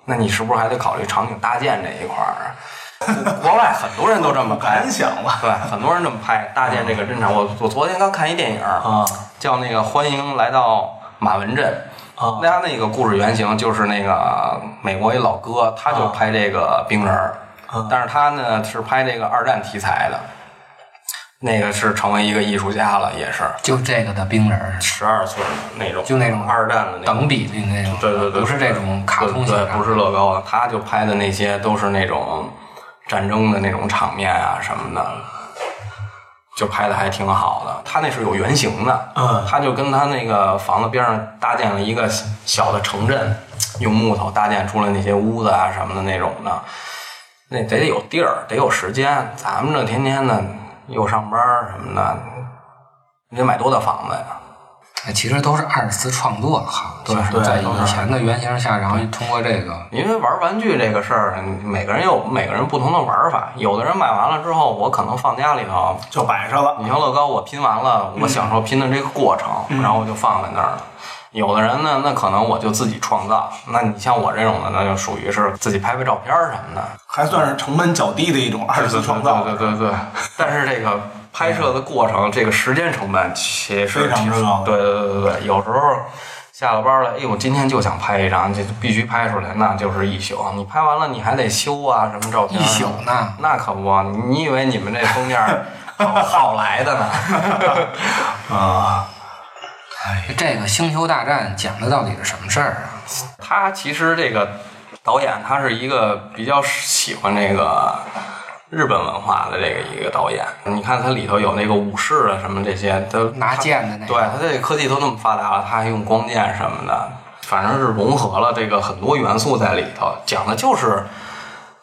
那你是不是还得考虑场景搭建这一块儿啊？国外很多人都这么拍，
敢想了
对，很多人这么拍搭建这个真场。我我昨天刚看一电影儿
啊，
叫那个《欢迎来到马文镇》。
啊
那他那个故事原型就是那个美国一老哥，他
啊
就拍这个冰人儿，但是他呢是拍这个二战题材的，那个是成为一个艺术家了，也是
就这个的冰人儿，
十二寸的那种，
就那种
二战的那种
等比例那种，
对对对，
不是这种卡通型
对，
的，
对不是乐高的，他就拍的那些都是那种战争的那种场面啊什么的，就拍的还挺好的。他那是有原型的，
嗯
他就跟他那个房子边上搭建了一个小的城镇，用木头搭建出了那些屋子啊什么的那种的，那得有地儿，得有时间。咱们这天天的又上班儿什么的，你得买多大房子呀？
哎其实都是二次创作哈，
对
就是
对
在
都是
以前的原型下，然后通过这个
因为玩玩具这个事儿，每个人有每个人不同的玩法。有的人买完了之后，我可能放家里头，
就摆上了，
你像乐高，我拼完了，我享受拼的这个过程，然后我就放在那儿了。有的人呢，那可能我就自己创造。那你像我这种的，那就属于是自己拍拍照片儿什么的，
还算是成本较低的一种二次创造，
对对对对对。但是这个拍摄的过程，这个时间成本其实
非常之高
对对对对对，有时候下了班了，哎呦，今天就想拍一张，这必须拍出来，那就是一宿。你拍完了，你还得修啊，什么照片
一
啊
宿呢，
那可不，你以为你们这封面儿好好来的呢？
啊，
这个《星球大战》讲的到底是什么事儿啊？
他其实这个导演，他是一个比较喜欢这个日本文化的这个一个导演。你看他里头有那个武士啊什么这些，都
拿剑的那
对
个，
他这科技都那么发达了，他还用光剑什么的，反正是融合了这个很多元素在里头，讲的就是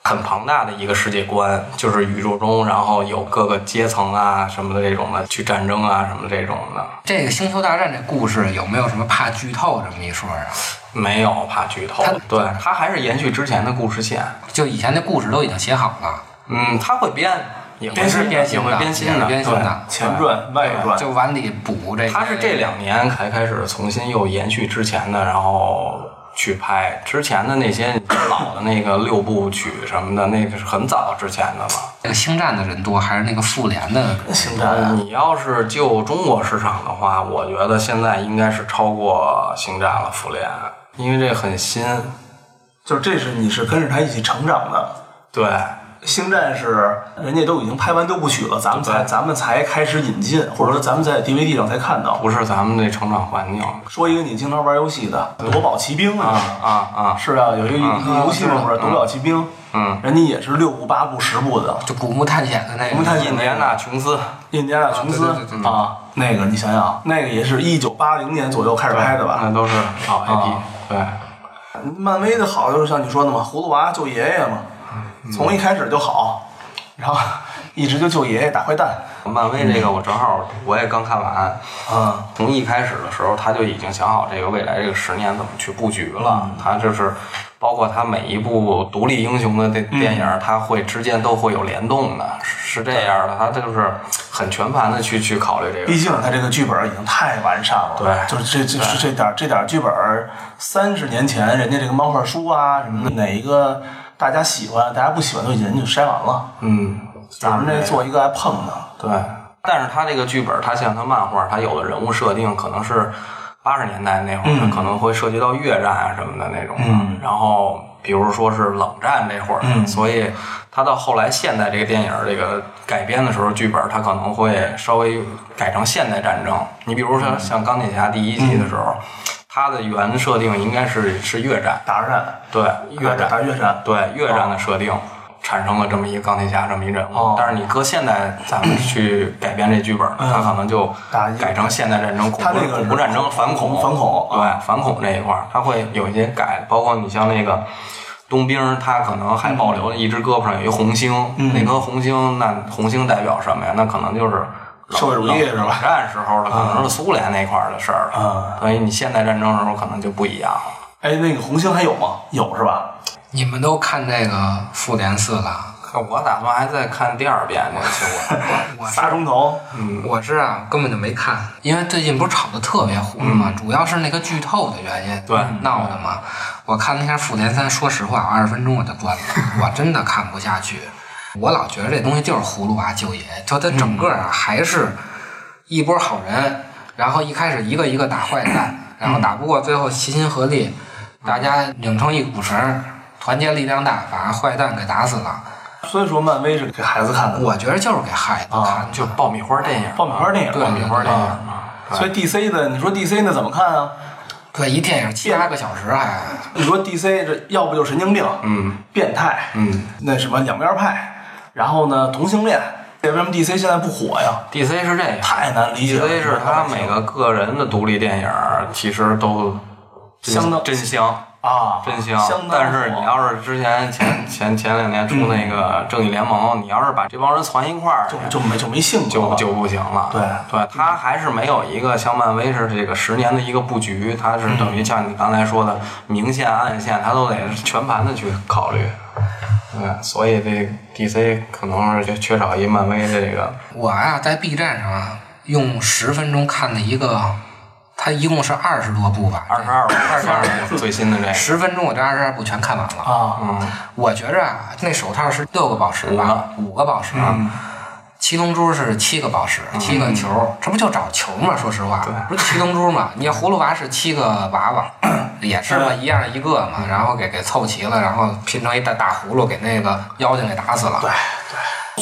很庞大的一个世界观，就是宇宙中，然后有各个阶层啊什么的这种的去战争啊什么这种的，
这个《星球大战》这故事有没有什么怕剧透这么一说啊？
没有怕剧透
他，
对，它还是延续之前的故事线，
就以前的故事都已经写好了，
嗯，他会编，也会
编新编
也
新
会
的，
编新
也
的，
是编新
对
的，
前传外传，
就往里补这个。
他是这两年才开始重新又延续之前的，然后去拍之前的那些老的那个六部曲什么的，那个是很早之前的了。呃
这个星战的人多，还是那个复联的？
星战啊
你要是就中国市场的话，我觉得现在应该是超过《星战》了，《复联》，因为这很新。
就是这是你是跟着他一起成长的。
对，
星战是人家都已经拍完六部曲了，咱们才
对
咱们才开始引进，或者说咱们在 DVD 上才看到。
不是咱们这成长环境
说一个你经常玩游戏的《夺宝奇兵》
啊
嗯
啊，
啊啊！
是啊，有一个游戏嘛，不是《夺宝奇兵》，
嗯，
人家也是六部八部十部的，
就古墓探险的那个，
古墓探险
印第安纳琼斯，
印第安纳琼斯
啊对对对对
啊，那个你想想，那个也是一九八零年左右开始拍的吧？
那都是老 IP
啊。
对，
嗯
漫威的好就是像你说的嘛，葫芦娃
嗯
救爷爷嘛，从一开始就好，然后一直就救爷爷打坏蛋，
漫威这个我正好我也刚看完，
嗯
啊，
从一开始的时候，他就已经想好这个未来这个十年怎么去布局了。
嗯
他就是包括他每一部独立英雄的电
嗯
电影，他会之间都会有联动的，是是这样的。他就是很全盘的去去考虑这
毕
个。
竟他这个剧本已经太完善了，
对
就是这就是这点儿这点儿剧本，三十年前人家这个漫画书啊什么的，哪一个大家喜欢，大家不喜欢都已经就筛完了，
嗯，
咱们这做一个来碰的，
对，但是他这个剧本，他像他漫画，他有的人物设定可能是八十年代那会儿，
嗯
可能会涉及到越战啊什么的那种的。
嗯
然后比如说是冷战这会儿，
嗯
所以他到后来现代这个电影这个改编的时候，剧本他可能会稍微改成现代战争。你比如说像钢铁侠第一季的时候，嗯他的原设定应该是是越战，
打战，
对越战
打越战，
对越战的设定，产生了这么一个钢铁侠这么一人物。
哦
但是你搁现在咱们去改编这剧本，
嗯
他可能就
打一
改成现代战争、恐
他
怖
这个
恐怖战争、反恐、
反恐啊
对反恐这一块儿，他会有一些改，包括你像那个。冬兵他可能还保留一只胳膊上有一红星，
嗯
那颗红星，那红星代表什么呀？那可能就是冷
社会主义是吧
冷战时候的，可能是苏联那块儿的事儿了。
啊，
所以你现代战争时候可能就不一样了。
哎，那个红星还有吗？有是吧？
你们都看这个复联四了？
我打算还再看第二遍呢，其实我
我是
仨钟头，嗯
我是啊，根本就没看，因为最近不是炒的特别火嘛，主要是那个剧透的原因，嗯
对
闹的嘛。我看那下《复联三》，说实话，我二十分钟我就关了，我真的看不下去。我老觉得这东西就是葫芦娃、舅爷，就它整个啊还是一波好人，然后一开始一个一个打坏蛋，然后打不过，最后齐心合力，大家拧成一股绳儿，团结力量大，把坏蛋给打死了。
所以说漫威是给孩子
嗯
看的，
我觉得就是给孩子看
啊
的，
就爆米花电影，
爆米花电影，
对
爆米花电影
啊
嘛。
所以 DC 的，你说 DC 那怎么看啊？
对，一电影七八个小时还。
你说 DC 这要不就神经病，
嗯
变态，
嗯
那什么两边派，然后呢同性恋，为什么 DC 现在不火呀？
，DC 是这样
太难理解了。
，DC 是他每个个人的独立电影，其实都真
相当
真香，
啊，
真香。
相当火嗯
但是你要是之前前前前两年出那个正义联盟，你要是把这帮人攒一块儿，
就就没就没兴趣
就
了，
就不行了。
对
对，它还是没有一个像漫威是这个十年的一个布局，它是等
嗯
于像你刚才说的明线、暗线，它都得全盘的去考虑。对，所以这 DC 可能是缺少一漫威的这个，
我呀、在 B 站上啊，用十分钟看的一个，它一共是二十多部吧，
22部
二十二部，
最新的这个
十分钟我这二十二部全看完了。
啊，
嗯，
我觉着啊，那手套是六个宝石吧，五个嗯宝石，啊七龙珠是七个宝石，七个球，这不就找球嘛？说实话，不是七龙珠嘛？你葫芦娃是七个娃娃，也是嘛，一样一个嘛，然后给给凑齐了，然后拼成一大大葫芦，给那个妖精给打死了。对。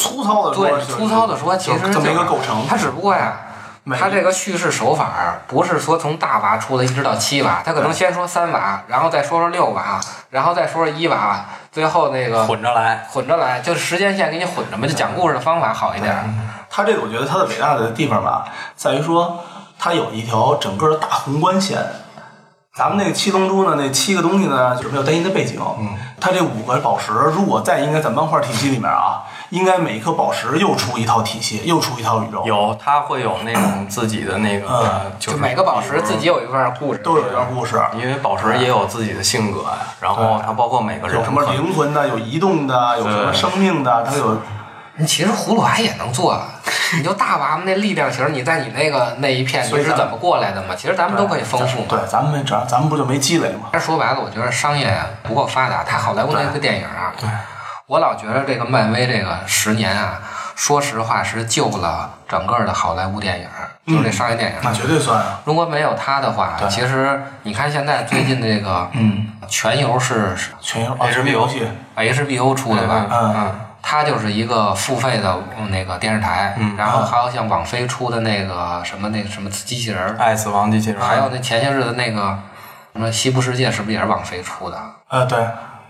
粗糙的说
对，，粗糙的说，其
就
实
这
就
么
是
一个构成，
它只不过呀，
每
它这个叙事手法儿不是说从大娃出来一直到七娃，它可能先说三娃，然后再说说六娃，然后再说说一娃，最后那个
混着来。
混着来，就是时间线给你混着嘛，就讲故事的方法好一点儿。
它这个我觉得它的伟大的地方吧，在于说它有一条整个的大宏观线。咱们那个七龙珠呢，那七个东西呢，就是没有单一的背景。嗯，它这五个宝石，如果再应该在漫画体系里面啊，应该每一颗宝石又出一套体系，又出一套宇宙，
有，它会有那种自己的那个
嗯，
就
就是每个宝石自己有一段故事，
都有一段故事，
因为宝石也有自己的性格呀，然后它包括每个人
有什么
可能
灵魂的，有移动的，有什么生命的，它有
你其实葫芦娃也能做，你就大娃们那力量型儿，你在你那个那一片
所
你
以
是
咱
怎么过来的嘛？其实咱们都可以丰富嘛。
对，咱们没只要咱们不就没积累吗？
但是说白了，我觉得商业啊不够发达。他好莱坞那个电影啊，我老觉得这个漫威这个十年啊，说实话是救了整个的好莱坞电影，就是这商业电影。
嗯那绝对算啊！
如果没有他的话，其实你看现在最近的这个，嗯，全游是是
全游
HBO
啊，全游戏，
HBO 出的吧？
嗯嗯
它就是一个付费的嗯那个电视台，然
嗯
后还有像网飞出的那个什么那个什么机器人儿，
爱死亡机器
嗯
人，
还有那前些日子那个什么《西部世界》是不是也是网飞出的？啊
呃，对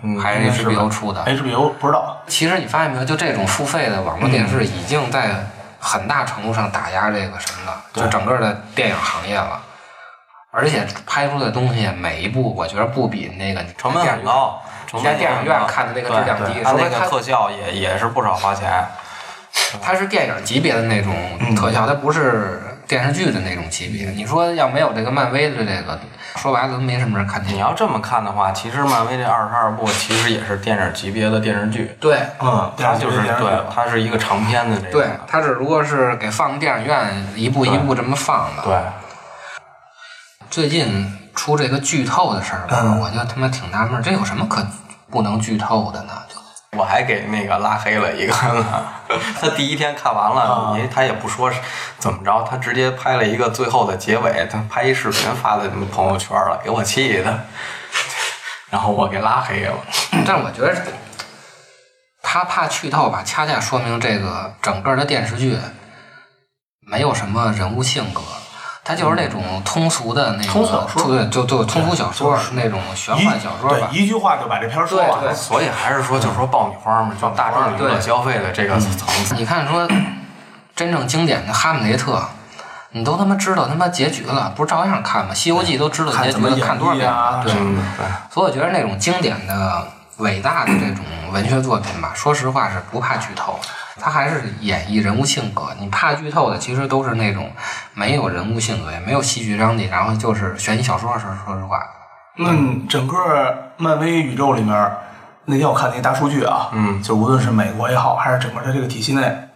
嗯
还
应
是
该是吧
HBO 出的。
，HBO 不知道，
其实你发现没有，就这种付费的网络电视已经在很大程度上打压这个什么了，就整个的电影行业了。而且拍出的东西每一部，我觉得不比那个
成本很。高，
哎你在电影院看的那个质量低
它
说
那
白
个
它
特效也也是不少花钱。
它是电影级别的那种特效，它不是电视剧的那种级别。你说要没有这个漫威的这个，说白了都没什么人看
你
电影。
要这么看的话，其实漫威这二十二部其实也是电影级别的电视剧，
对
嗯，它就是
电视剧电视剧
对，它是一个长篇的这个，
对，它只不过是给放电影院一步一步这么放的。
对，
最近出这个剧透的事儿吧，
嗯
我就他妈挺纳闷儿，这有什么可不能剧透 的呢？就
我还给那个拉黑了一个呢，他第一天看完
啊
了，你他也不说是怎么着，他直接拍了一个最后的结尾，他拍一视频发在朋友圈了，给我气的， 然后我给拉黑了。
但是我觉得他怕剧透吧，恰恰说明这个整个的电视剧没有什么人物性格，它就是那种通俗的那个
嗯通俗小说
对，就就通俗小说那种玄
一
幻小说吧
对，。一句话就把这片儿说
对
完了
对。
所以还是说，就说爆米花嘛，就大众娱乐消费的这
嗯
个层次。
你看说 真正经典的《哈姆雷特》，你都他妈知道他妈结局了，不是照样看吗？《西游记》都知道
看
结
怎
局
么
了，
演
看多少
绎
遍
啊
了？对，
嗯，对，
所以我觉得那种经典的、伟大的这种文学作品吧，说实话是不怕剧透的，它还是演绎人物性格。你怕剧透的，其实都是那种没有人物性格，也没有戏剧张力，然后就是悬疑小说。说说实话，
那你嗯整个漫威宇宙里面，那天我看那大数据啊，嗯，就无论是美国也好，还是整个它这个体系内，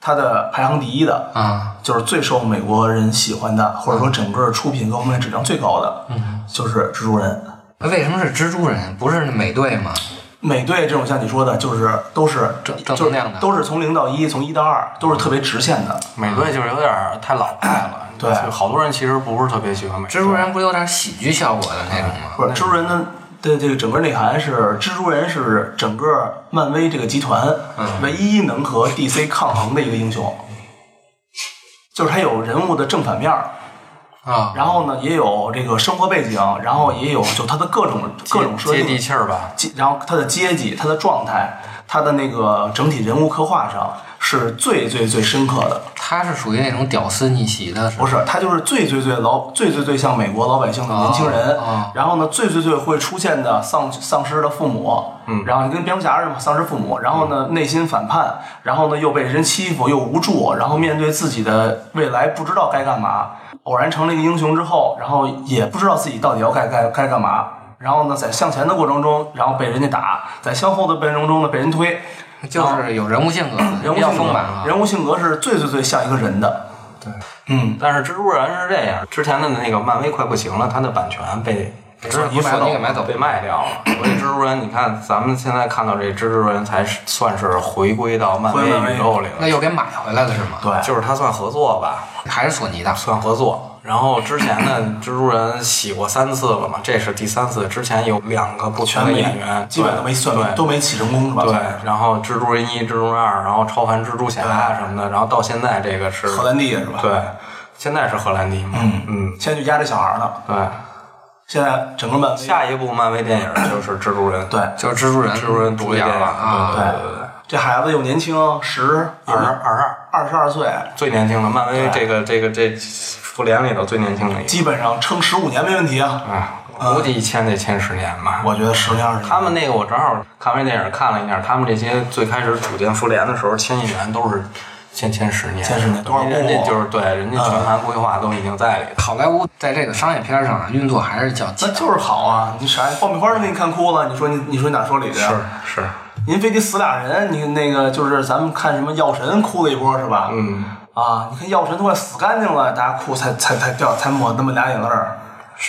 它的排行第一的，
啊、
就是最受美国人喜欢的，或者说整个出品各方面质量最高的，嗯，就是蜘蛛人。
为什么是蜘蛛人，不是美队吗？
美队这种像你说的，就是都是
正
就
正能
是
量的嗯
都是从零到一，从一到二，都是特别直线的。
美队就是有点儿太老派了，
对
就好多人其实不是特别喜欢美队。
蜘蛛人不是有点喜剧效果的那种吗？
不是蜘蛛人的的这个整个内涵是，蜘蛛人是整个漫威这个集团唯一能和 DC 抗衡的一个英雄，就是他有人物的正反面儿，
啊、
然后呢也有这个生活背景，然后也有就他的各种各种设
接接地
定，
气儿吧，
阶然后他的阶级、他的状态、他的那个整体人物刻画上是最最最深刻的。
他是属于那种屌丝逆袭的，是吧
不是，他就是最最最老最最最像美国老百姓的年轻人，
哦哦
然后呢，最最最会出现的丧丧尸的父母，嗯，然后你跟蝙蝠侠似的嘛，丧尸父母，然后呢，内心反叛，然后呢又被人欺负又无助，然后面对自己的未来不知道该干嘛，偶然成了一个英雄之后，然后也不知道自己到底要该该该干嘛。然后呢，在向前的过程中，然后被人家打；在向后的过程中呢，被人推。
就是有人物性格的，
人物
比较
性
丰满
格
啊，。
人物性格是最最最像一个人的。对，嗯，
但是蜘蛛人是这样，之前的那个漫威快不行了，它的版权被
不是不买那个买走
被卖掉了。所以蜘蛛人，你看咱们现在看到这蜘蛛人才是算是回归到漫威
回到漫威
宇宙里了，
那又给买回来了是吗？
对
就是它算合作吧，
还是索尼的？
算合作。然后之前呢，蜘蛛人洗过三次了嘛，这是第三次。之前有两个不
全
同的
没
演员，
基本都没算
对
都没起成功是吧？
对，然后蜘蛛人一、蜘蛛人二，然后超凡蜘蛛侠什么的，然后到现在这个是
荷兰弟是吧？，
对，现在是荷兰弟嘛，
嗯
嗯，
现在就压这小孩儿呢。
对。
现在整个漫威，
下一部漫威电影就是蜘蛛人，
对
就是蜘蛛人，蜘
蜘蛛人独
主
立
演
电影
了啊。
对对对对，
这孩子又年轻，十
二十二十二
二十二岁，
最年轻的漫威这个这个这复联里头最年轻的一个，
基本上撑十五年没问题啊。
啊，估计一签得签十年吧。
我觉得十年二十年，
他们那个我正好看完电影看了一下，他们这些最开始组建复联的时候签一员都是先签十年，
签10年多少部
人家就是对人家全盘规划都已经在里头。
好莱坞在这个商业片儿上啊运作还是较
那
紧，
就是好啊！你啥爆米花都给你看哭了，你说你你说你哪说理去啊？
是，
您非得死俩人，你那个就是咱们看什么药神哭了一波是吧？
嗯，
啊，你看药神都快死干净了，大家哭才才才掉才抹那么俩眼泪儿，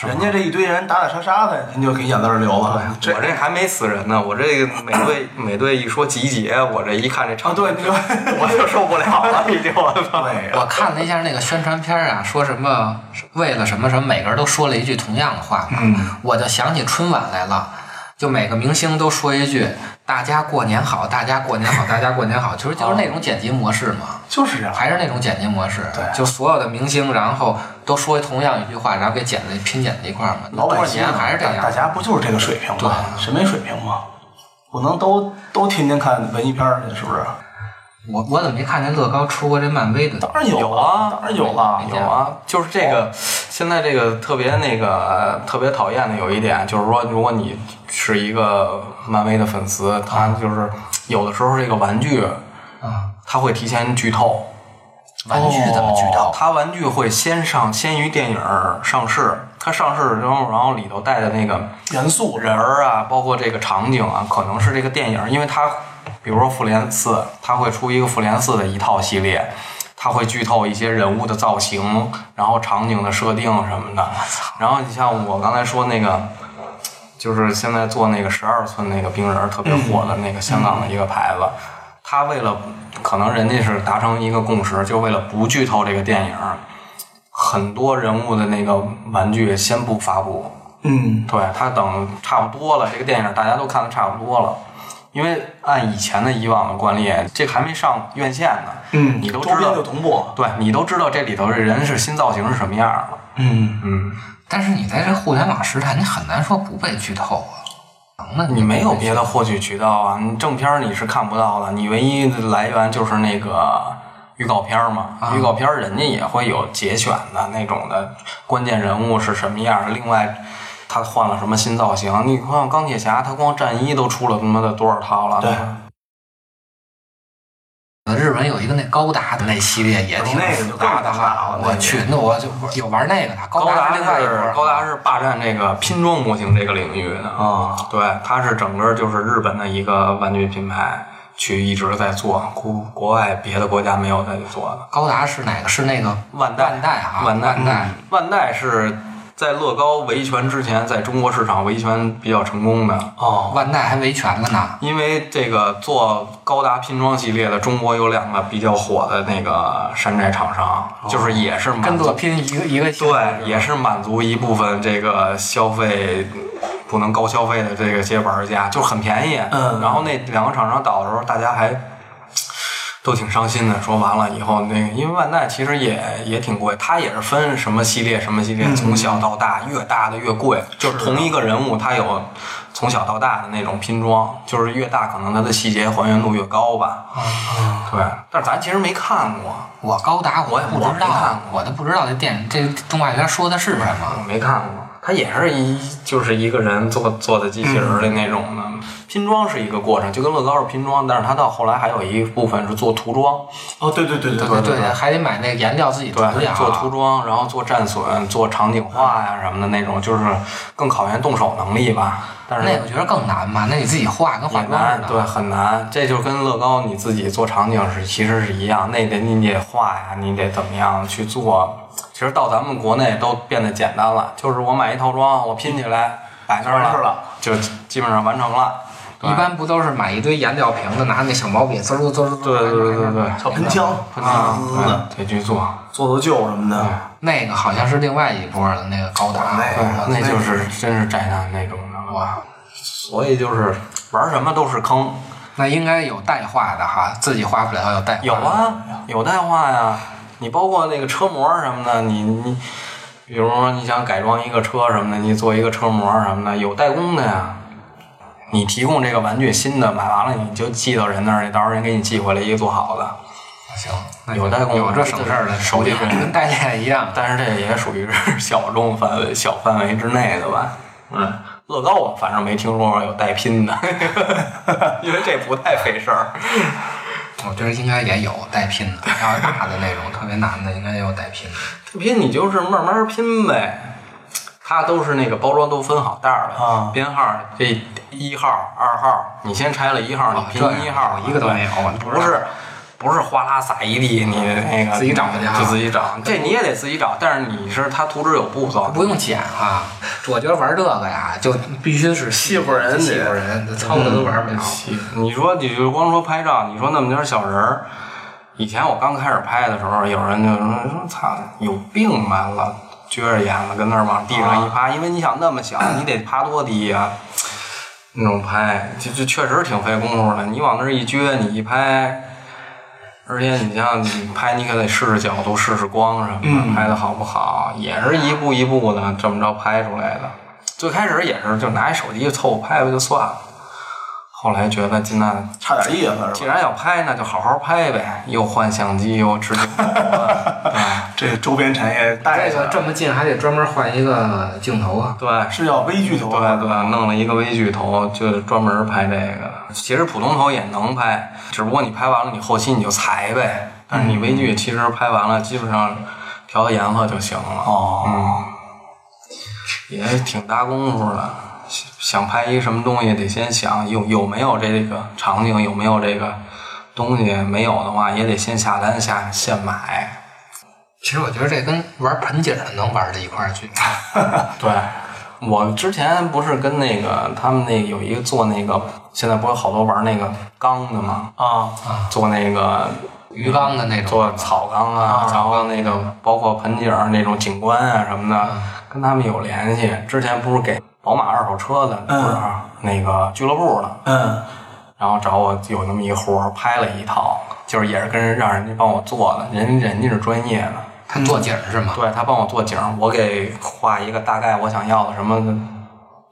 人家这一堆人打打杀杀的，人就给眼泪儿流了。这
我这还没死人呢，我这个美队美队一说集结，我这一看这
啊，
场景
对，你说
我就受不了了，已经我操！
对
我看了一下那个宣传片儿啊，说什么为了什么什么，每个人都说了一句同样的话，嗯，我就想起春晚来了。就每个明星都说一句“大家过年好，大家 过年好，大家过年好”，其实就是那种剪辑模式嘛，
就是啊这样。
还是那种剪辑模式，
哦对
就所有的明星，然后都说同样一句话，然后给剪在拼剪在一块儿嘛。
老
多
百
少
姓
年还是这
大大
样，
家不就是这个水平吗？审美水平吗？不能都都天天看文艺片儿去，是不是？
我我怎么没看见乐高出过这漫威的？
当然有
有
了
啊，
当然有了，
没
有啊，就是这
哦
个，现在这个特别那个、呃特别讨厌的有一点，就是说，如果你是一个漫威的粉丝，他就是有的时候这个玩具，
啊，
他会提前剧透。
玩具怎么剧透？
它玩具会先上先于电影儿上市，它上市之后，然后里头带的那个
元素
人儿啊，包括这个场景啊，可能是这个电影儿，因为它比如说复联四，它会出一个复联四的一套系列。它会剧透一些人物的造型，然后场景的设定什么的。然后你像我刚才说那个，就是现在做那个十二寸那个冰人儿特别火的那个香港的一个牌子，他为了可能人家是达成一个共识，就为了不剧透这个电影儿，很多人物的那个玩具先不发布，
嗯，
对他等差不多了，这个电影大家都看的差不多了。因为按以前的以往的惯例，这个还没上院线呢，
嗯
你都知
周边
道
就同步，
对你都知道这里头这人是新造型是什么样了。
嗯，
嗯，
但是你在这互联网时代，你很难说不被剧透啊。能的，
嗯你没有别的获取渠道啊，你正片儿你是看不到的，你唯一的来源就是那个预告片儿嘛。
啊
预告片儿人家也会有节选的那种的，关键人物是什么样儿，另外他换了什么新造型。你看钢铁侠，他光战衣都出了他妈的多少套了？
对，
日本有一个那高达的那系列也挺
那个就
复杂
更
的
大
哈
了，
我
那个
去，那我就有玩那个的，
高
达
达
另外一波
是，高达是霸占这个拼装模型这个领域的
啊
对，它是整个就是日本的一个玩具品牌，去一直在做，国国外别的国家没有在做的。
高达是哪个？是那个
万代，
万代啊，
万代，
万代
嗯万代是在乐高维权之前，在中国市场维权比较成功的。
哦，
万代还维权了呢。
因为这个做高达拼装系列的，中国有两个比较火的那个山寨厂商，就是也是满
哦跟
足
乐拼一个一个性质
嗯对，也是满足一部分这个消费不能高消费的这个些玩家，就很便宜。
嗯
然后那两个厂商倒的时候，大家还都挺伤心的，说完了以后那个，因为万代其实也也挺贵，它也是分什么系列什么系列，从小到大越大的越贵，就是同一个人物它有从小到大的那种拼装，就是越大可能它的细节还原度越高吧。对，但是咱其实没看过，
我高达
我
我不
我
知
没
道
看，
我都不知道这电这动画片说的是什么。
我啊没看过，它也是一就是一个人做做的机器人
嗯
儿的那种的。拼装是一个过程，就跟乐高是拼装，但是它到后来还有一部分是做涂装，
哦，对对对对
对
对，
对，还得买那个颜料自己涂
对，
料，啊
做涂装，然后做战损、做场景画呀、什么的那种，就是更考验动手能力吧。但是
那我觉得更难嘛，那你自己画跟化
很
妆似
难，
的。
对，很难。这就跟乐高你自己做场景是其实是一样，那得你得画呀，你得怎么样去做。其实到咱们国内都变得简单了，就是我买一套装，我拼起来摆那儿
完事儿
了
了，
就基本上完成了。
一般不都是买一堆颜料瓶子，拿那小毛笔滋噜滋噜。
对对对对对，
小喷枪
啊，
嗯
对，得去做。
做做旧什么的，
那个好像是另外一波的那个高达，
那
对
个，
那就是真是宅男那种的哇。所以就是玩什么都是坑，
那应该有代画的哈，自己画不了有代画。
有，啊，有代化呀。你包括那个车模什么的，你你，比如说你想改装一个车什么的，你做一个车模什么的，有代工的呀。你提供这个玩具新的，买完了你就寄到人那儿，到时候人给你寄回来一个做好的。
行，那
有代工
有这省事儿的
手艺人
跟代练一样。
但是这也属于是小众范围、小范围之内的吧。嗯，乐高我反正没听说过有代拼的， 因为这不太费事儿。
我觉得应该也有带拼 的，要是大的那种特别难的，应该也有带拼的。
拼你就是慢慢拼呗，它都是那个包装都分好袋儿的
啊
编号儿这一号儿、二号儿，你先拆了一号儿，你
哦这样
拼一号儿，
我一个都没有我
对不
不知道
是。不是哗啦撒一地，你那个
自己找去啊
就自己找，这你也得自己找，但是你是它图纸有步骤，
不用剪啊，我觉得玩这个呀，就必须是细
乎人得
细乎人，糙的都玩不了。
嗯你说你就光说拍照，你说那么点儿小人儿，以前我刚开始拍的时候，有人就说说操有病吧了，撅着眼了跟那儿往地上一趴，因为你想那么小，你得趴多低呀、那种拍，这这确实挺费功夫的。你往那儿一撅，你一拍，而且你像你拍，你可得试试角度，试试光什么的，
嗯
拍的好不好，也是一步一步的这么着拍出来的。最开始也是就拿一手机凑合拍拍就算了，后来觉得那
差点意思是
既
吧？
然要拍，那就好好拍呗，又换相机又制定对，
这周边产业带
这个
着
这么近还得专门换一个镜头啊。
对，
是叫微巨头
对
吧？
对，弄了一个微距头，就是专门拍这个。其实普通头也能拍，只不过你拍完了，你后期你就裁呗。但是你微距其实拍完了，基本上调调颜色就行了。
哦
嗯，也挺大功夫的。想想拍一什么东西，得先想有有没有这个场景，有没有这个东西。没有的话，也得先下单下现买。
其实我觉得这跟玩盆景儿能玩到一块 儿去。
对，我之前不是跟那个他们那有一个做那个，现在不是好多玩那个缸的吗？
啊，
做那个
鱼缸的那种，
做草缸啊，然后那个包括盆景儿那种景观啊什么的，跟他们有联系。之前不是给宝马二手车的，不是啊那个俱乐部的，
嗯，
然后找我有那么一活儿，拍了一套，就是也是跟人让人家帮我做的，人人家是专业的。
它做景儿是吗？
对他帮我做景儿，我给画一个大概我想要的什么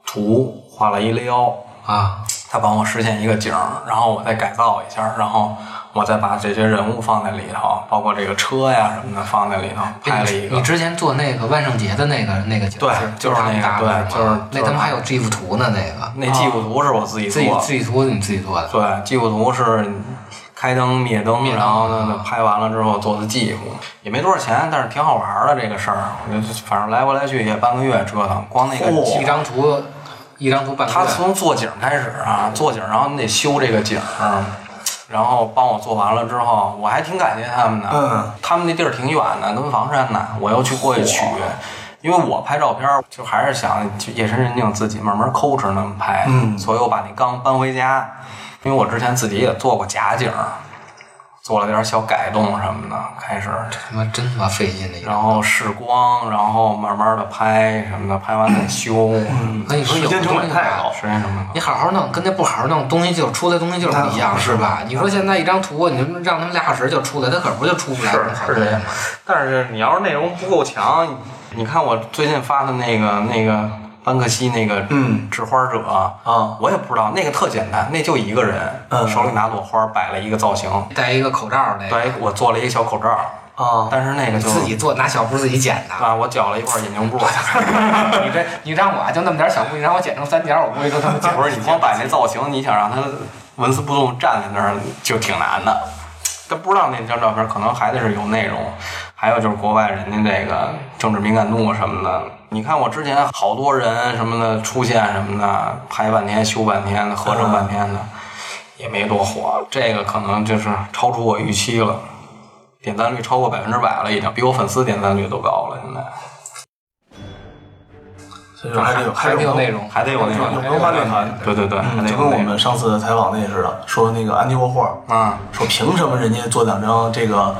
图，画了一撩，
啊，
他帮我实现一个景儿，然后我再改造一下，然后我再把这些人物放在里头，包括这个车呀什么的放在里头，拍了一
你
个。
之前做那个万圣节的那个那个景儿，
对就
就
是是
他
那
们
个
搭的
对
是吗
就是
那他们还有这幅图呢，那个
那技术图是我自己
啊
做
自己
的，
自己做你自己做的，
对，技术图是开灯灭灯，
灭灯啊
然后呢拍完了之后做的技术，也没多少钱，但是挺好玩儿的这个事儿。我就反正来回来去也半个月折腾，光那个
嚯
技
一张图一张图半个
他
月
从做景开始
嗯
啊，做景，然后你得修这个景儿，然后帮我做完了之后，我还挺感谢他们的。
嗯，
他们那地儿挺远的，跟房山呢，我又去过去取。因为我拍照片儿，就还是想就夜深人静自己慢慢抠哧那么拍，
嗯
所以我把那缸搬回家，因为我之前自己也做过假景儿，做了点小改动什么的，开始
他妈真他妈费劲的一张。
然后试光，然后慢慢的拍什么的，拍完再修，
嗯
嗯
那你说有
时间
的
成
东
本
西
太
吧
高，
时间什么的。
你好好弄，跟那不好好弄，东西就出来东西就是不一样，
那
是吧？你说现在一张图，你们让他们俩小时就出来，他可不就出不来
是
好
是
东
这
西
样
吗？，
但是你要是内容不够强，你你看我最近发的那个那个班克西那个
嗯
制花者
啊
我也不知道那个特简单，那就一个人、
嗯
手里拿朵花摆了一个造型，
戴一个口罩那个，哦
对我做了一个小口罩，
啊，
但是那个就
自己做拿小布自己剪的。
啊，我绞了一块眼镜布。
你这你让我啊就那么点小布，你让我剪成三角，我估计都他妈剪
不是你光摆那造型，你想让他纹丝不动站在那儿就挺难的。但不知道那张照片可能还得是有内容，还有就是国外人家这个政治敏感度什么的。你看我之前好多人什么的出现什么的，拍半天修半天的，合成半天的，也没多火。这个可能就是超出我预期了，点赞率超过百分之百了，已经比我粉丝点赞率都高了。现在
所以说还得有
还得有内容，
还得有内容
有文化内涵。
对对对，还
嗯，
得
就
有
跟我
内容
们上次采访那似的，说那个安迪沃霍尔，
啊，
说凭什么人家做两张这个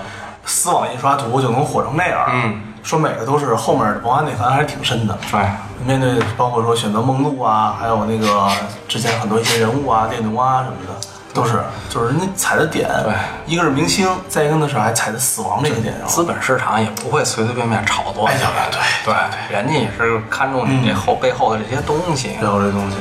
丝网印刷图就能火成那样？
嗯，
说每个都是后面文化内涵还是挺深的。
对。
面对包括说选择梦露啊，还有那个之前很多一些人物啊、列侬啊什么的，都是就是人家踩的点，
对，
一个是明星，再一个呢是还踩在死亡这个点
资
上。
本市场也不会随随便便炒作。
哎呀对嗯
对对，人家也是看重你这后背后的这些东西。
有这东西，